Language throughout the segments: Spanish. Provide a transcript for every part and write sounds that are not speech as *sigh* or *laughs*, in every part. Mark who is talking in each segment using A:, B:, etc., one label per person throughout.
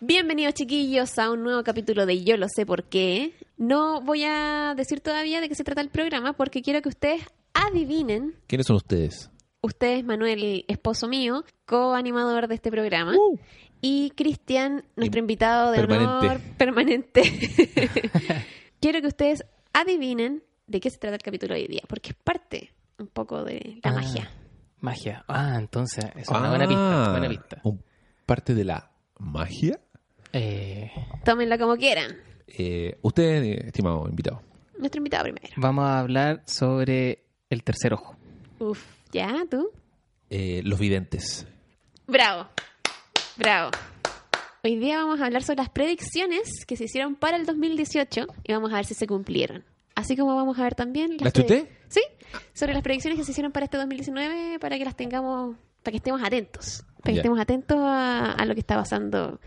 A: Bienvenidos chiquillos a un nuevo capítulo de Yo lo sé por qué. No voy a decir todavía de qué se trata el programa porque quiero que ustedes adivinen,
B: ¿Quiénes son ustedes?
A: ustedes Manuel, esposo mío, coanimador de este programa, y Cristian, nuestro invitado de
B: Permanente.
A: honor permanente. *laughs* quiero que ustedes adivinen de qué se trata el capítulo de hoy día porque es parte un poco de la
C: Ah,
A: magia.
C: Magia. Ah, entonces, es una
B: Ah,
C: buena pista. Buena pista.
B: un- parte de la magia.
C: Eh,
A: Tómenlo como quieran.
B: Eh, usted, eh, estimado invitado.
A: Nuestro invitado primero.
C: vamos a hablar sobre el tercer ojo.
A: Uf, ¿ya tú?
B: Eh, los videntes.
A: Bravo, bravo. Hoy día vamos a hablar sobre las predicciones que se hicieron para el 2018 y vamos a ver si se cumplieron. Así como vamos a ver también...
B: ¿Las
A: predi-
B: tuiteé?
A: Sí, sobre las predicciones que se hicieron para este 2019 para que las tengamos, para que estemos atentos. Para que
B: Ya.
A: estemos atentos a, a lo que está pasando.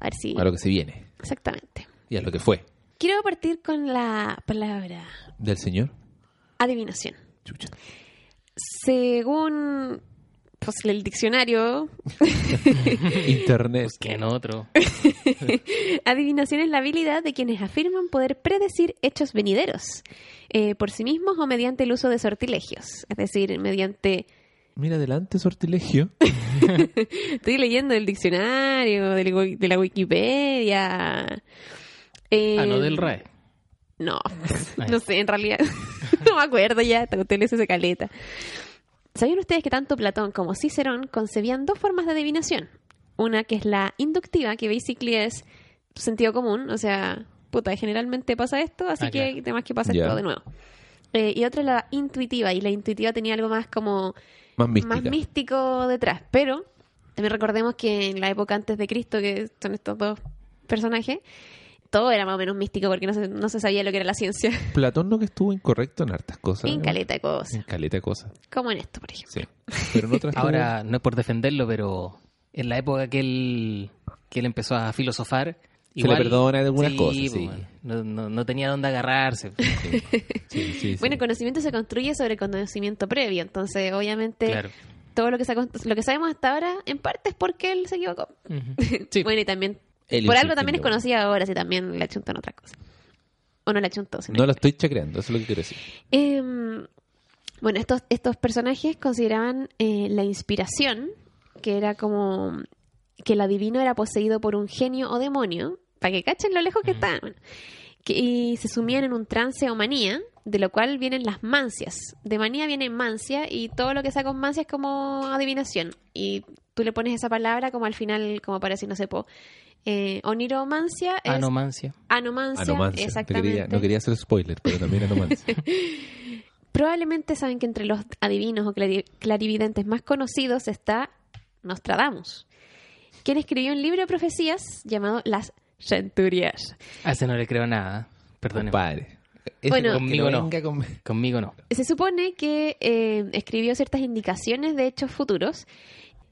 A: A ver si...
B: A lo que se viene
A: Exactamente.
B: y a lo que fue
A: Quiero partir con la palabra
B: del señor.
A: adivinación.
B: Chucha.
A: Según pues, el diccionario
B: Internet.
C: Que en otro.
A: Eh, Adivinación es la habilidad de quienes afirman poder predecir hechos venideros eh, por sí mismos o mediante el uso de sortilegios. Es decir, mediante...
B: Mira adelante, sortilegio.
A: Estoy leyendo del diccionario, del wi- de la Wikipedia. Eh,
C: Ah, no del RAE. *laughs*
A: No,
C: Ah,
A: no
C: ya.
A: sé, en realidad *laughs* no me acuerdo ya, esta cuestión es esa caleta. ¿Sabían ustedes que tanto Platón como Cicerón concebían dos formas de adivinación? Una que es la inductiva, que basically es sentido común, o sea, puta, generalmente pasa esto, así
C: Ah,
A: que
C: claro.
A: tenemos que pasar
B: Ya.
A: todo de nuevo. Eh, y otra es la intuitiva, y la intuitiva tenía algo más como
B: Más mística.
A: más místico detrás. Pero también recordemos que en la época antes de Cristo, que son estos dos personajes, todo era más o menos místico porque no se, no se sabía lo que era la
B: *laughs*
A: ciencia.
B: Platón no que estuvo incorrecto en hartas cosas.
A: en
B: ¿no?
A: caleta de
B: En
A: cosas.
B: caleta de cosas.
A: Como en esto, por ejemplo.
B: Sí. Pero en otras estuvo-
C: Ahora, no es por defenderlo, pero en la época que él, que él empezó a filosofar...
B: le perdona de algunas cosas,
C: pues,
B: sí.
C: bueno, No, no- no tenía dónde agarrarse. pues,
A: *laughs*
B: Sí. Sí, sí, sí.
A: Bueno, el conocimiento se construye sobre conocimiento previo, entonces obviamente *laughs*
C: Claro.
A: todo lo que, se ha const- lo que sabemos hasta ahora en parte es porque él se equivocó.
C: Ujú. Sí.
A: Bueno, y también,
B: Él
A: por algo
B: insistiendo.
A: también es conocido ahora, si también le achuntan otra cosa. O no le achuntó, sino
B: No lo estoy chacreando, eso es lo que quiero decir. Ah,
A: Em, bueno, estos, estos personajes consideraban eh, la inspiración, que era como que el adivino era poseído por un genio o demonio, para que cachen lo lejos que
C: Ujú.
A: están, que- y se sumían en un trance o manía, de lo cual vienen las mancias. De manía viene mancia y todo lo que sea con mancia es como adivinación. Y tú le pones esa palabra como al final, como para decir, no sé, po, eh, oniromancia es
C: Anomancia.
A: anomancia,
B: Anomancia. Te
A: exactamente.
B: quería- no quería hacer spoiler, pero también anomancia.
A: Probablemente saben que entre los adivinos o clari- clarividentes más conocidos está Nostradamus, quien escribió un libro de profecías llamado Las Centurias.
C: A ese no le creo nada. *laughs* Perdóneme. Este
B: Compadre. Ese
A: Bueno.
B: que
C: Conmigo no.
B: venga con-
C: Conmigo no.
A: Se supone que eh, escribió ciertas indicaciones de hechos futuros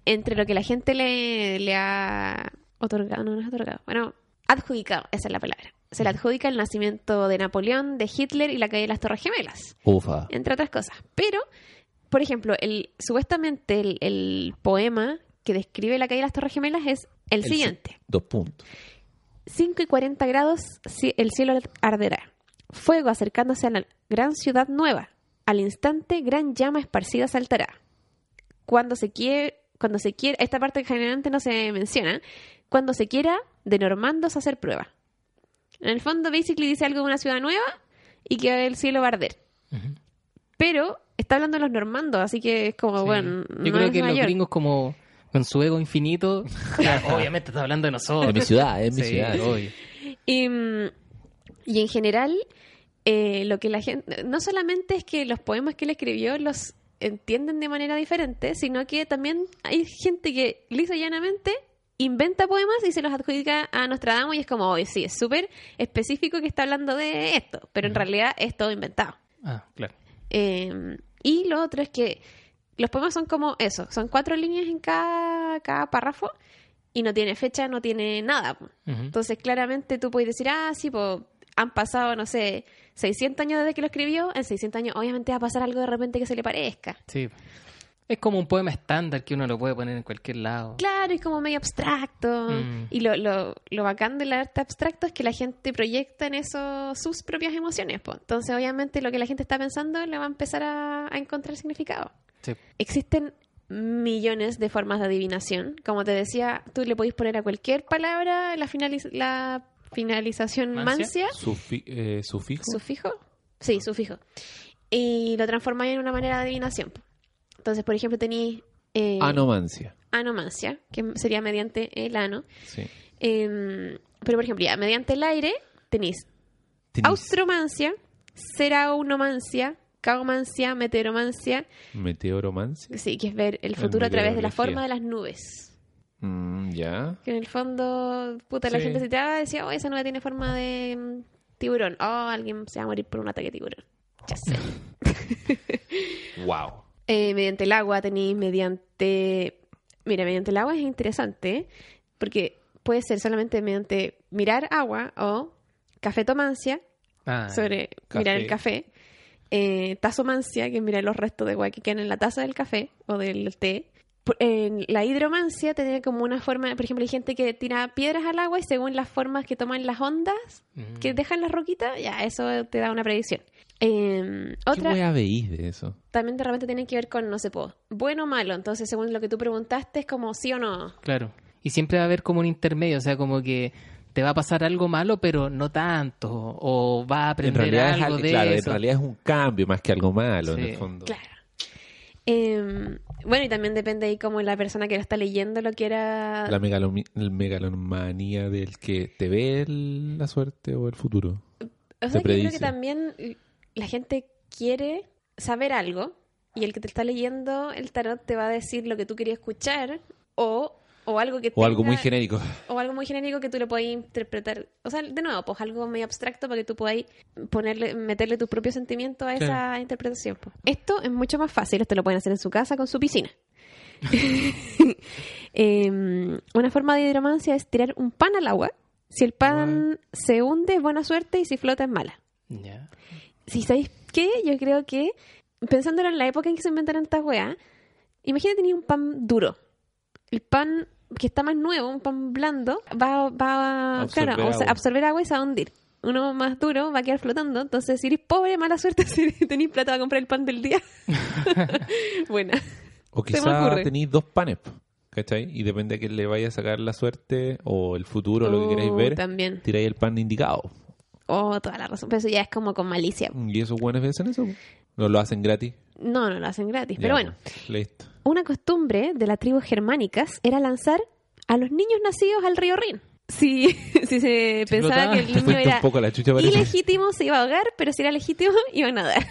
A: entre lo que la gente le, le ha otorgado, no, no es otorgado, bueno, adjudicado, esa es la palabra. Se le adjudica el nacimiento de Napoleón, de Hitler y la caída de las Torres Gemelas.
B: Ufa.
A: entre otras cosas. Pero, por ejemplo, el, supuestamente el, el poema que describe la caída de las Torres Gemelas es el,
B: El
A: siguiente.
B: Dos puntos.
A: 5 y 40 grados, ci- el cielo arderá. Fuego acercándose a la gran ciudad nueva. Al instante, gran llama esparcida saltará. Cuando se quiere, cuando se quiere, esta parte generalmente no se menciona. Cuando se quiera, de normandos hacer prueba. En el fondo, basically dice algo de una ciudad nueva y que el cielo va a arder.
C: Ujú.
A: Pero está hablando de los normandos, así que es como,
C: Sí.
A: bueno, no
C: Yo creo
A: es
C: que
A: mayor.
C: los gringos como con su ego
A: *laughs*
C: infinito, claro, obviamente está hablando de nosotros.
B: En mi ciudad, en mi
C: Sí,
B: ciudad.
C: obvio.
A: Y, mm, y en general, eh, lo que la gente... No solamente es que los poemas que él escribió los entienden de manera diferente, sino que también hay gente que lisa y llanamente inventa poemas y se los adjudica a Nostradamus y es como, oye, sí, es súper específico que está hablando de esto, pero en realidad es todo inventado.
C: Ah, claro.
A: Eh, y lo otro es que los poemas son como eso, son cuatro líneas en cada, cada párrafo y no tiene fecha, no tiene nada. po.
C: Ujú.
A: Entonces, claramente tú puedes decir, ah, sí, pues han pasado, no sé, 600 años desde que lo escribió, en 600 años obviamente va a pasar algo de repente que se le parezca.
C: Sí. Es como un poema estándar que uno lo puede poner en cualquier lado.
A: Claro, es como medio abstracto.
C: Mm.
A: Y lo, lo, lo bacán del arte abstracto es que la gente proyecta en eso sus propias emociones. po. Entonces, obviamente, lo que la gente está pensando le va a empezar a, a encontrar significado.
C: Sí.
A: Existen millones de formas de adivinación. Como te decía, tú le podéis poner a cualquier palabra la, finaliz- la finalización
C: ¿Mancia?
A: mancia,
B: Sufi- eh, ¿Sufijo?
A: sufijo. Sí, sufijo. Y lo transformáis en una manera de adivinación. po. Entonces, por ejemplo, tenéis... eh,
B: Anomancia.
A: anomancia, que sería mediante el ano.
B: Sí.
A: Em, pero, por ejemplo, ya, mediante el aire tenéis
B: Tenis.
A: austromancia, seraunomancia, caomancia, meteoromancia,
B: Meteoromancia.
A: sí, que es ver el futuro a través de la
B: meteorología.
A: forma de las nubes.
B: Mm, ya.
A: Que en el fondo, puta, la
B: Sí.
A: gente se te decía, oh, esa nube tiene forma de mm, tiburón. Oh, alguien se va a morir por un ataque de tiburón. Ya sé.
B: Wow.
A: Eh, mediante el agua tenéis mediante... Mira, mediante el agua es interesante, ¿eh? porque puede ser solamente mediante mirar agua o cafetomancia,
C: Ah,
A: sobre mirar el café, eh, tazomancia, que es mirar los restos de agua que quedan en la taza del café o del té. Por- en la hidromancia tenía como una forma, por ejemplo, hay gente que tira piedras al agua y según las formas que toman las ondas
C: mm.
A: que dejan las roquitas, ya eso te da una predicción. Eh, otra,
B: ¿Qué wea veís de eso?
A: también de repente tiene que ver con, no sé, po, bueno o malo. Entonces, según lo que tú preguntaste, es como sí o no.
C: Claro. Y siempre va a haber como un intermedio, o sea, como que te va a pasar algo malo, pero no tanto. O va a aprender
B: es
C: algo
B: al-
C: de
B: claro, en
C: eso.
B: realidad es un cambio más que algo malo, en
C: Sí.
B: el fondo.
A: Claro. Eh, bueno, y también depende ahí como la persona que lo está leyendo lo quiera
B: La megalomi- el megalomanía del que te ve el- la suerte o el futuro.
A: O sea, que yo
B: Se
A: creo que
B: predice.
A: también eh, la gente quiere saber algo y el que te está leyendo el tarot te va a decir lo que tú querías escuchar o, o algo que
B: O algo
A: tenga-
B: muy genérico.
A: o algo muy genérico que tú lo puedas interpretar. O sea, de nuevo, pues algo medio abstracto para que tú puedas ponerle, meterle tus propios sentimientos a esa interpretación. pues. Esto es mucho más fácil, esto lo pueden hacer en su casa con su piscina. Eh, una forma de hidromancia es tirar un pan al agua. Si el pan se hunde es buena suerte y si flota es mala.
C: Ya.
A: Si sabéis qué, yo creo que, pensándolo en la época en que se inventaron estas weas, imagínate tener un pan duro. El pan que está más nuevo, un pan blando, va, va a
B: Absorber
A: claro, o sea,
B: agua.
A: absorber agua y se va a hundir. Uno más duro va a quedar flotando. Entonces, si eres pobre, mala suerte *laughs* si tenéis plata para comprar el pan del
B: *laughs*
A: día. Buena.
B: O
A: Se me
B: quizá
A: ocurre.
B: tenéis dos panes, po, ¿cachai? Y depende de que le vaya a sacar la suerte o el futuro, lo que queráis
A: Uh,
B: ver,
A: También.
B: tiráis el pan indicado.
A: Oh, toda la razón. Pero eso ya es como con malicia.
B: ¿Y esos buenos hacen eso? po. ¿No lo hacen gratis?
A: No, no lo hacen gratis.
B: Ya,
A: Pero bueno,
B: pues, Listo.
A: Una costumbre de las tribus germánicas era lanzar a los niños nacidos al río Rin. *laughs* Si, si se pensaba
C: flotaba.
A: que el
B: Te
A: niño
B: fuiste un
A: era
B: poco a la chucha, parece. *laughs*
A: ilegítimo, se iba a ahogar, pero si era legítimo, *laughs* iba a nadar.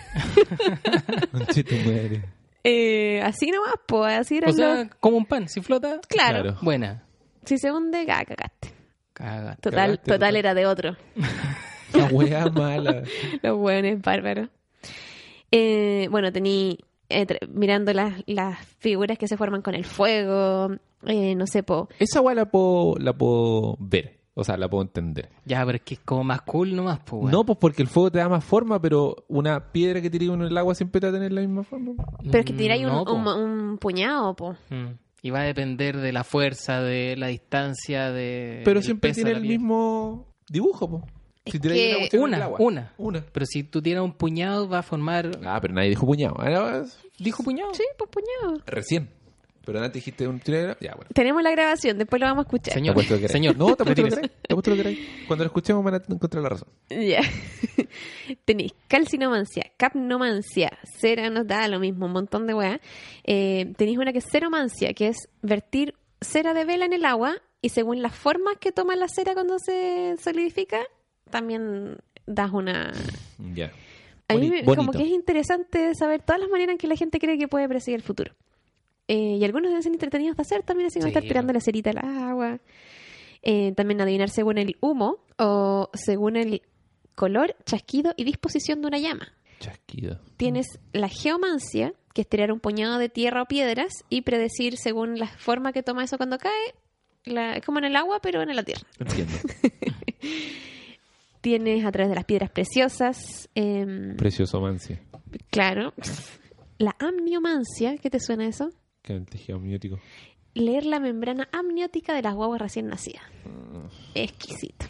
B: Conche tu madre.
A: Eh, así nomás, pues, así era
C: O sea, como un pan, si flota,
A: Claro.
B: claro.
C: buena.
A: Si se hunde, ah, cagaste.
C: Caga.
A: Total,
B: Cagaste,
A: total,
B: total.
A: era de otro. *laughs*
B: La wea mala.
A: Los hueones bárbaros. Eh, bueno, tení eh, tra- mirando las, las figuras que se forman con el fuego, eh, no sé, po,
B: Esa wea la puedo, la puedo ver. O sea, la puedo entender.
C: Ya, pero es que es como más cool nomás, pues. weón.
B: No, pues porque el fuego te da más forma, pero una piedra que tire uno en el agua siempre te va a tener la misma forma.
A: pero es que
C: Mm,
A: tiráis un,
C: no, po.
A: un- un puñado, po.
C: Mm. Y va a depender de la fuerza, de la distancia, de.
B: Pero
C: del
B: siempre
C: peso
B: tiene
C: de la
B: el
C: piedra.
B: mismo dibujo, po.
A: Es
B: tiráis
A: que
B: cuestión en el
C: Una,
B: agua.
C: una.
B: Una.
C: Pero si tú tienes un puñado, va a formar.
B: Ah, pero nadie dijo puñado. Ah,
C: ¿Dijo puñado?
A: Sí, pues puñado.
B: Recién. Pero antes dijiste un tira- Ya, bueno.
A: Tenemos la grabación, después lo vamos a escuchar.
C: Señor,
B: Te apuesto que queráis.
C: señor, *laughs*
B: No, te apuesto lo
C: retírese.
B: que queráis. Te apuesto lo que queráis. Cuando lo escuchemos van a encontrar la razón.
A: Ya. *laughs* Tenéis calcinomancia, capnomancia, cera, nos da lo mismo, un montón de weá. Eh, tenéis una que es ceromancia, que es vertir cera de vela en el agua y según las formas que toma la cera cuando se solidifica, también das una...
B: Ya.
A: A mí
B: Boni-
A: me- como
B: bonito.
A: que es interesante saber todas las maneras en que la gente cree que puede predecir el futuro. Eh, y algunos deben ser entretenidos de hacer también, así como
C: Sí,
A: estar tirando
C: claro.
A: la cerita al agua. Eh, también adivinar según el humo o según el color, chasquido y disposición de una llama.
B: Chasquido.
A: Tienes la geomancia, que es tirar un puñado de tierra o piedras y predecir según la forma que toma eso cuando cae. La- es como en el agua, pero en la tierra.
B: Entiendo.
A: Tienes a través de las piedras preciosas. em,
B: *laughs* Precioso Mancia.
A: claro. La amniomancia, ¿qué te suena eso?
B: Que es el tejido amniótico.
A: Leer la membrana amniótica de las guaguas recién nacidas. Exquisito.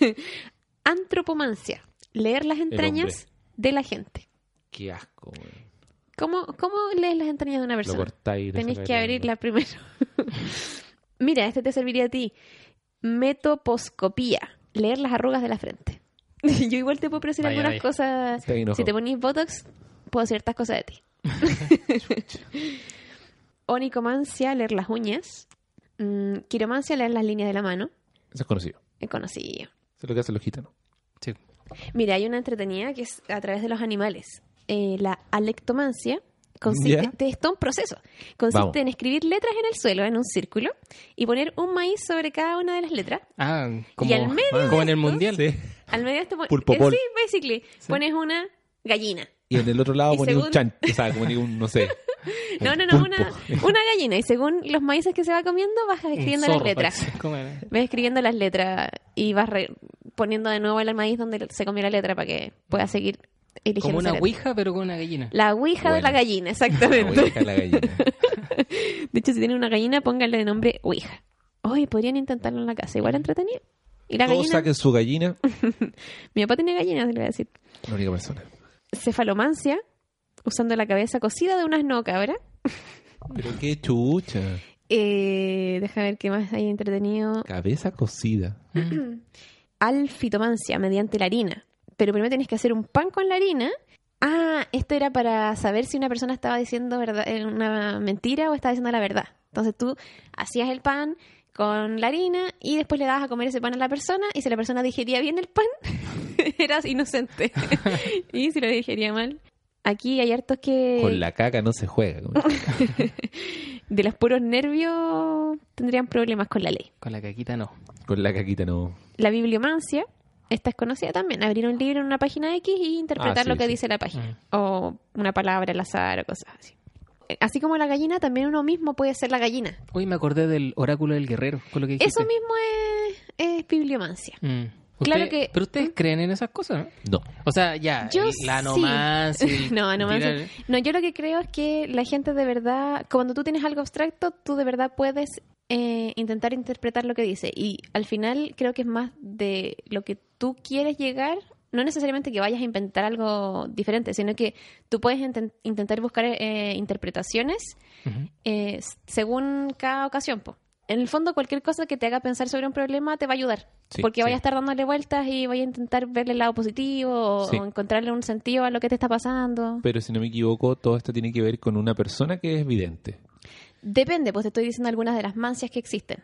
A: *laughs* Antropomancia. Leer las entrañas de la gente.
B: Qué asco, weón.
A: ¿Cómo, ¿Cómo lees las entrañas de una
B: Lo
A: persona?
B: cortáis.
A: Tenéis que abrirla primero. *laughs* Mira, este te serviría a ti. Metoposcopía. Leer las arrugas de la frente. *laughs* Yo igual te puedo decir
C: Vaya,
A: algunas
C: vaya.
A: cosas.
B: Está enojado.
A: Si te ponís Botox, puedo ciertas cosas de ti.
C: *laughs*
A: Onicomancia, leer las uñas. Mm, quiromancia, leer las líneas de la mano.
B: Eso es conocido.
A: He conocido.
B: Eso es lo que hacen los gitanos.
C: Sí.
A: Mira, hay una entretenida que es a través de los animales. Eh, la alectomancia consiste,
B: Ya.
A: este es todo un proceso. Consiste
B: Vamos.
A: en escribir letras en el suelo, en un círculo, y poner un maíz sobre cada una de las letras.
C: Ah, como,
A: al medio
C: como en el mundial.
B: Sí.
A: Al medio de esto pon-
B: Pulpopol.
A: eh, sí, basically, pones una gallina.
B: Y en el otro lado
A: Y
B: ponía un
A: según-
B: chan. O sea, como digo, un, no sé.
A: *laughs* No,
B: un
A: no, no, una,
B: *laughs* pulpo. Ah,
A: una gallina. Y según los maíces que se va comiendo, vas
C: Un
A: escribiendo las
C: zorro,
A: letras.
C: parece. *laughs* ¿Cómo era?
A: Vas escribiendo las letras y vas re- poniendo de nuevo el maíz donde se comió la letra para que pueda seguir eligiendo.
C: Como una
A: esa letra.
C: ouija, pero con una gallina.
A: La ouija de la
B: Bueno.
A: gallina,
B: La
A: exactamente.
B: oveja, la gallina.
A: *laughs* De hecho, si tienen una gallina, pónganle de nombre Ouija. Hoy podrían intentarlo en la casa, igual entretenido. Y la
B: Todos
A: gallina,
B: saquen su gallina.
A: mi papá tiene gallinas, le voy a decir.
B: La única persona.
A: Cefalomancia, usando la cabeza cocida de una esnocabra.
B: Pero qué chucha.
A: Eh, deja ver qué más hay entretenido.
B: Cabeza cocida.
C: Mm.
A: Alfitomancia, mediante la harina. Pero primero tenés que hacer un pan con la harina. Ah, esto era para saber si una persona estaba diciendo verdad, eh, una mentira o estaba diciendo la verdad. Entonces tú hacías el pan con la harina y después le dabas a comer ese pan a la persona y si la persona digería bien el pan, *laughs* eras inocente. *laughs* y si lo digería mal, aquí hay hartos que
B: Con la caca no se juega. como-
A: de los puros nervios tendrían problemas con la ley.
C: Con la caquita no.
B: Con la caquita no.
A: La bibliomancia, esta es conocida también, abrir un libro en una página X y interpretar
B: Ah, sí,
A: lo que
B: sí. Mm.
A: dice la página, o una palabra al azar o cosas así. Eh, Así como la gallina, también uno mismo puede ser la gallina.
C: Hoy me acordé del oráculo del guerrero, con lo que
A: Eso
C: dijiste.
A: mismo es, es bibliomancia.
C: Mm.
A: Claro
C: Ustedes-
A: que- ¿Mm?
C: Pero ustedes creen en esas cosas, ¿no?
B: No.
C: O sea, ya,
A: Yo
C: el- la
A: sí.
C: nomancia.
A: *laughs*
C: el
A: No, no, más-
C: tirar-
A: no, yo lo que creo es que la gente de verdad, cuando tú tienes algo abstracto, tú de verdad puedes eh, intentar interpretar lo que dice. Y al final creo que es más de lo que tú quieres llegar, no necesariamente que vayas a inventar algo diferente, sino que tú puedes inten- intentar buscar eh, interpretaciones
C: Ujú.
A: eh, s- según cada ocasión. po. En el fondo, cualquier cosa que te haga pensar sobre un problema te va a ayudar.
B: Sí,
A: porque vaya
B: sí.
A: a estar dándole vueltas y vaya a intentar verle el lado positivo o-
B: Sí.
A: o encontrarle un sentido a lo que te está pasando.
B: Pero si no me equivoco, todo esto tiene que ver con una persona que es vidente.
A: Depende, pues te estoy diciendo algunas de las mancias que existen.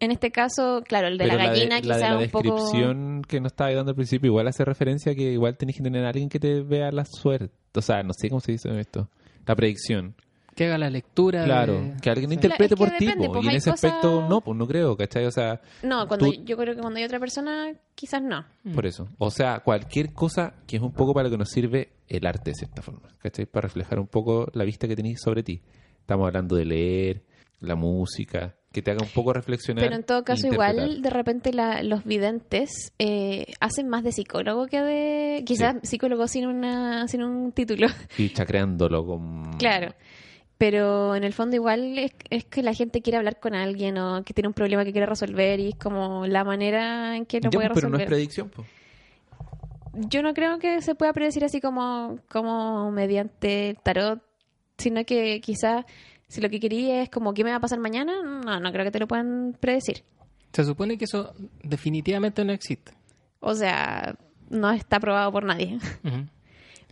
A: En este caso, claro, el de
B: Pero
A: la gallina
B: de, la, de
A: quizá
B: la
A: un poco...
B: descripción que nos estaba dando al principio igual hace referencia a que igual tenés que tener a alguien que te vea la suerte. O sea, no sé cómo se dice esto. La predicción.
C: Que haga la lectura.
B: Claro,
C: de-
B: que alguien
C: Sí.
B: interprete
A: Claro, es que
B: por ti.
A: depende,
B: po,
A: pues,
B: y en
A: hay
B: ese aspecto
A: cosas-
B: no, pues no creo, ¿cachai? O sea,
A: No, cuando
B: Tú-
A: yo creo que cuando hay otra persona, quizás no.
B: por eso. O sea, cualquier cosa que es un poco para lo que nos sirve el arte de cierta forma, ¿cachai? Para reflejar un poco la vista que tenés sobre ti. Estamos hablando de leer, la música, que te haga un poco reflexionar.
A: Pero en todo
B: e
A: caso,
B: interpretar.
A: igual, de repente la- los videntes eh, hacen más de psicólogo que de... Quizás psicólogo sin, una, sin un título. *laughs*
B: Y chacreándolo con...
A: Claro. Pero en el fondo igual es, es que la gente quiere hablar con alguien o que tiene un problema que quiere resolver y es como la manera en que lo
B: Ya,
A: puede
B: pues, pero no es
A: resolver.
B: predicción, pues.
A: Yo no creo que se pueda predecir así como, como mediante el tarot, sino que quizás si lo que quería es como qué me va a pasar mañana, no, no creo que te lo puedan predecir.
C: Se supone que eso definitivamente no existe.
A: O sea, no está aprobado por nadie. *laughs*
C: Ujú.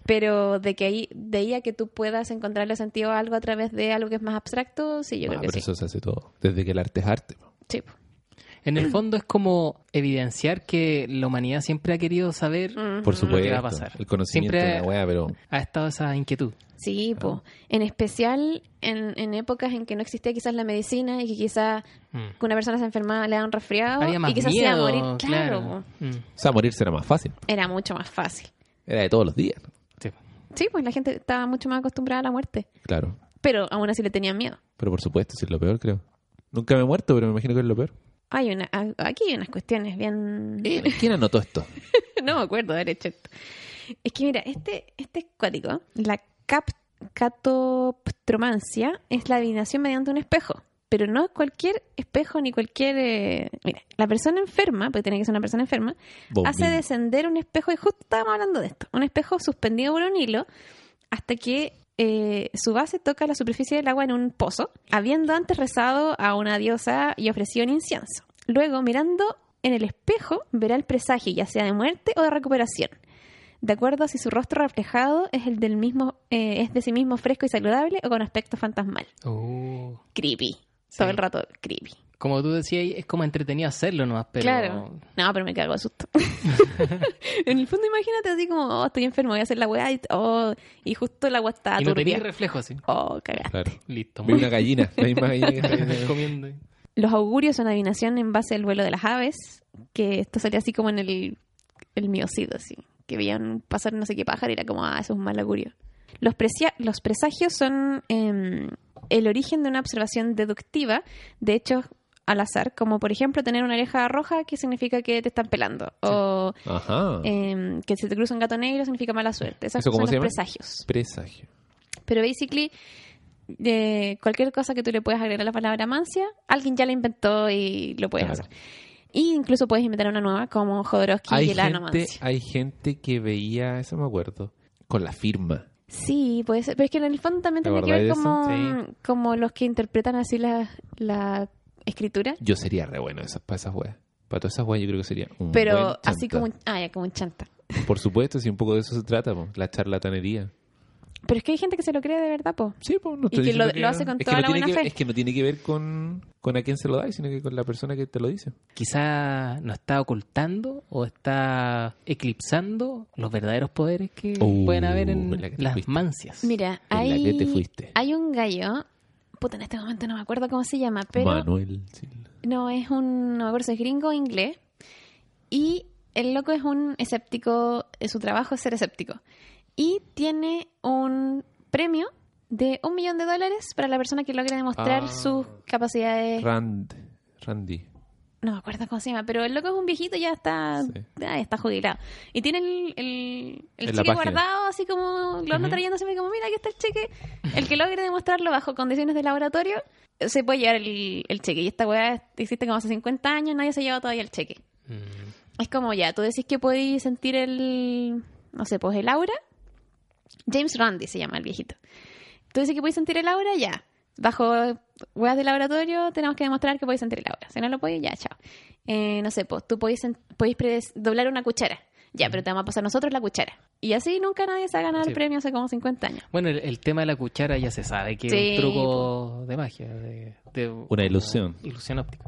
A: Pero de que ahí, de ahí a que tú puedas encontrarle sentido a algo a través de algo que es más abstracto, sí, yo
B: Ah,
A: creo que
B: pero
A: sí.
B: eso se hace todo. Desde que el arte es arte. po.
A: Sí, po.
C: En el fondo es como evidenciar que la humanidad siempre ha querido saber,
B: Por
A: Ujú.
B: supuesto.
C: Lo que va a pasar.
B: El conocimiento
C: Siempre-
B: de la weá, pero.
C: ha estado esa inquietud.
A: Sí, po. en especial en, en épocas en que no existía quizás la medicina y que quizás
C: Mm.
A: que una persona se enfermaba le da un resfriado
C: Había más
A: Ah, y quizás se iba a
C: miedo,
A: morir. Claro,
C: claro.
A: po.
C: Mm,
B: O sea, morirse era más fácil.
A: era mucho más fácil.
B: Era de todos los días.
C: sí.
A: Sí, pues la gente estaba mucho más acostumbrada a la muerte,
B: Claro.
A: pero aún así le tenían miedo.
B: Pero por supuesto, si es lo peor, creo. Nunca me he muerto, pero me imagino que es lo peor.
A: Hay una, a- aquí hay unas cuestiones bien... *laughs*
B: Eh, ¿Quién anotó esto?
A: no me acuerdo de haber hecho esto. Es que mira, este, este es cuático. La cap catoptromancia es la adivinación mediante un espejo. Pero no cualquier espejo ni cualquier... eh, Mira, la persona enferma, porque tiene que ser una persona enferma,
B: Bombín.
A: hace descender un espejo, y justo estábamos hablando de esto, un espejo suspendido por un hilo hasta que eh, su base toca la superficie del agua en un pozo, habiendo antes rezado a una diosa y ofrecido un incienso. Luego, mirando en el espejo, verá el presagio, ya sea de muerte o de recuperación. De acuerdo a si su rostro reflejado es el del mismo, eh, es de sí mismo fresco y saludable o con aspecto fantasmal.
C: Oh.
A: Creepy. Todo el rato creepy.
C: Como tú decías, es como entretenido hacerlo nomás, pero...
A: Claro. No, pero me cago de susto. *laughs* en el fondo, imagínate así como, oh, estoy enfermo, voy a hacer la weá y, oh, y justo la agua está
C: Y no tenías
A: turbia.
C: reflejo así.
A: Oh, cagá.
B: Claro.
C: Listo.
B: Vi una gallina, la
A: *laughs*
B: misma gallina que
C: Estás
B: está
C: *laughs* comiendo.
A: Los augurios son adivinación en base al vuelo de las aves, que esto salía así como en el, el miocito, así, que veían pasar no sé qué pájaro y era como, ah, eso es un mal augurio. Los, presia- los presagios son em, el origen de una observación deductiva de hechos al azar, como por ejemplo tener una oreja roja que significa que te están pelando, o
B: Ajá.
A: em, que se te cruza un gato negro significa mala suerte. Esos
B: ¿Eso
A: son
B: cómo
A: los
B: se llama?
A: presagios.
B: Presagio.
A: Pero basically, de cualquier cosa que tú le puedas agregar la palabra mancia, alguien ya la inventó y lo puedes
B: Claro.
A: hacer. Y incluso puedes inventar una nueva como Jodorowsky
B: Hay
A: y la
B: gente,
A: anomancia.
B: hay gente que veía, eso me acuerdo, con la firma.
A: Sí, puede ser. Pero es que en el fondo también
B: ¿Te
A: tiene que ver
B: acordáis de
A: como,
C: eso?
A: como los que interpretan así la, la escritura.
B: Yo sería re bueno esas, para esas weas. Para todas esas weas yo creo que sería un buen
A: Pero así
B: chanta.
A: como un, ah, ya, como un chanta.
B: Por supuesto, si un poco de eso se trata, po, la charlatanería.
A: Pero es que hay gente que se lo cree de verdad, po.
B: Sí, pues no
A: Y que lo- lo hace con toda la buena fe.
B: Es que no tiene que ver con, con a quién se lo da, sino que con la persona que te lo dice.
C: Quizá nos está ocultando o está eclipsando los verdaderos poderes que
B: Uh,
C: pueden haber en
B: la que te
C: las
B: fuiste.
C: mancias.
A: Mira,
B: En la que
A: hay,
B: te fuiste.
A: hay un gallo. Puta, en este momento no me acuerdo cómo se llama, pero.
B: Manuel Silva.
A: No, es un, no me acuerdo si es gringo o inglés. Y el loco es un escéptico, eh, su trabajo es ser escéptico. Y tiene un premio de un millón de dólares para la persona que logre demostrar
B: Ah.
A: sus capacidades.
B: Rand, Randy.
A: No me acuerdo cómo se llama, pero el loco es un viejito, ya está,
B: Sí.
A: ah, está jubilado. Y tiene el, el, el
B: En la
A: cheque
B: página.
A: guardado, así como lo anda
C: Ujú.
A: trayéndose, como, mira, aquí está el cheque. El que logre demostrarlo bajo condiciones de laboratorio, eh, se puede llevar el, el cheque. Y esta weá existe como hace 50 años, nadie se ha llevado todavía el cheque.
C: Mm.
A: Es como ya, tú decís que podéis sentir el, no sé, pues el aura. James Randi se llama el viejito. Tú dices que podéis sentir el aura, ya. Bajo huevas de laboratorio tenemos que demostrar que podéis sentir el aura. Si no lo podéis, ya, chao. Eh, no sé, pues tú podéis, sen- podéis predes- doblar una cuchara. Ya, pero te vamos a pasar nosotros la cuchara. Y así nunca nadie se ha ganado
C: Sí.
A: el premio hace como 50 años.
C: Bueno, el, el tema de la cuchara ya se sabe que
A: Sí,
C: es un truco de magia. De, de- como
B: ilusión.
C: Ilusión óptica.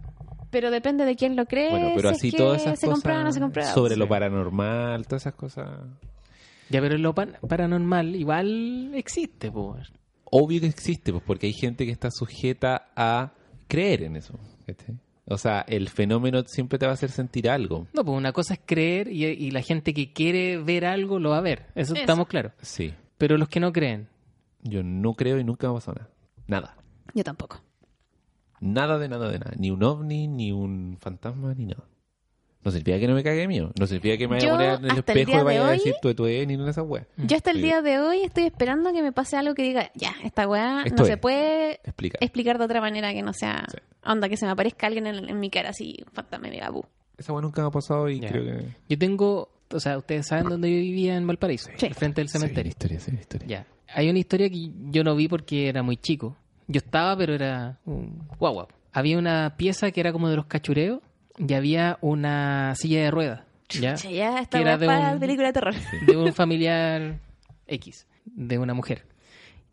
A: Pero depende de quién lo cree.
B: Bueno, pero
A: si
B: así
A: es que
B: todas esas
A: se
B: cosas
A: comprueba o no se comprueba.
B: sobre lo
A: Sí.
B: paranormal, todas esas cosas.
C: Ya, pero lo pan- paranormal igual existe, pues.
B: Obvio que existe, pues porque hay gente que está sujeta a creer en eso. ¿cachai? O sea, el fenómeno siempre te va a hacer sentir algo.
C: No, pues una cosa es creer y, y la gente que quiere ver algo lo va a ver. Eso,
A: Eso.
C: estamos claros.
B: Sí.
C: Pero los que no creen.
B: Yo no creo y nunca me ha pasado nada. Nada.
A: Yo tampoco.
B: Nada de nada de nada. Ni un ovni, ni un fantasma, ni nada. No significa que no me cague de miedo. No significa que me vaya
A: Yo,
B: a poner en el
A: hasta el
B: espejo
A: día
B: y
A: de
B: vaya a
A: hoy-
B: decir tu tu ni nada de esas weas.
A: Yo hasta el
B: Sí.
A: día de hoy estoy esperando que me pase algo que diga, ya, esta weá
B: Esto
A: no
B: es.
A: se puede
B: Explica.
A: explicar de otra manera que no sea,
B: Sí.
A: onda, que se me aparezca alguien en, en mi cara así, un fantasma y me diga, "Bu".
B: Esa wea nunca me ha pasado y
C: Ya.
B: creo que.
C: Yo tengo, o sea, ustedes saben dónde yo vivía en Valparaíso,
A: Sí.
C: al frente del
B: Se viene
C: cementerio.
B: historia, se viene historia.
C: Ya. Hay una historia que yo no vi porque era muy chico. Yo estaba, pero era un guagua. Había una pieza que era como de los cachureos y había una silla de ruedas. ¿ya?
A: Che, ya, esta
C: Que era
A: weá
C: de
A: para
C: un-
A: película de
B: *laughs*
A: terror.
C: de un familiar X, de una mujer.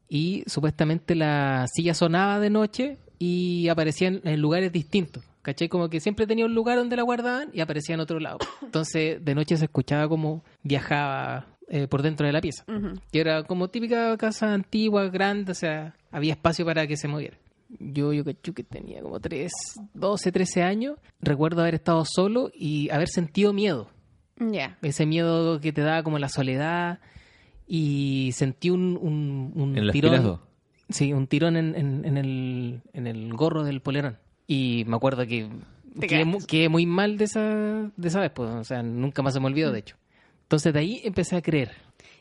C: Y supuestamente la silla sonaba de noche y aparecía en, en lugares distintos. ¿Cachai? Como que siempre tenía un lugar donde la guardaban y aparecía en otro lado. Entonces, de noche se escuchaba como viajaba eh, por dentro de la pieza.
A: Ujú.
C: Que era como típica casa antigua, grande, o sea, había espacio para que se moviera. Yo, yo cacho que tenía como 3, 12, 13 años. Recuerdo haber estado solo y haber sentido miedo.
A: Ya.
C: Ese miedo que te da como la soledad. Y sentí un, un, un
B: En las
C: tirón.
B: pilas dos.
C: Sí, un tirón en, en- en el, en el gorro del polerón. Y me acuerdo que
A: Te
C: quedé, mu-
A: quedaste.
C: quedé muy mal de esa, de esa vez. pues, O sea, nunca más se me olvidó, de hecho. Entonces de ahí empecé a creer.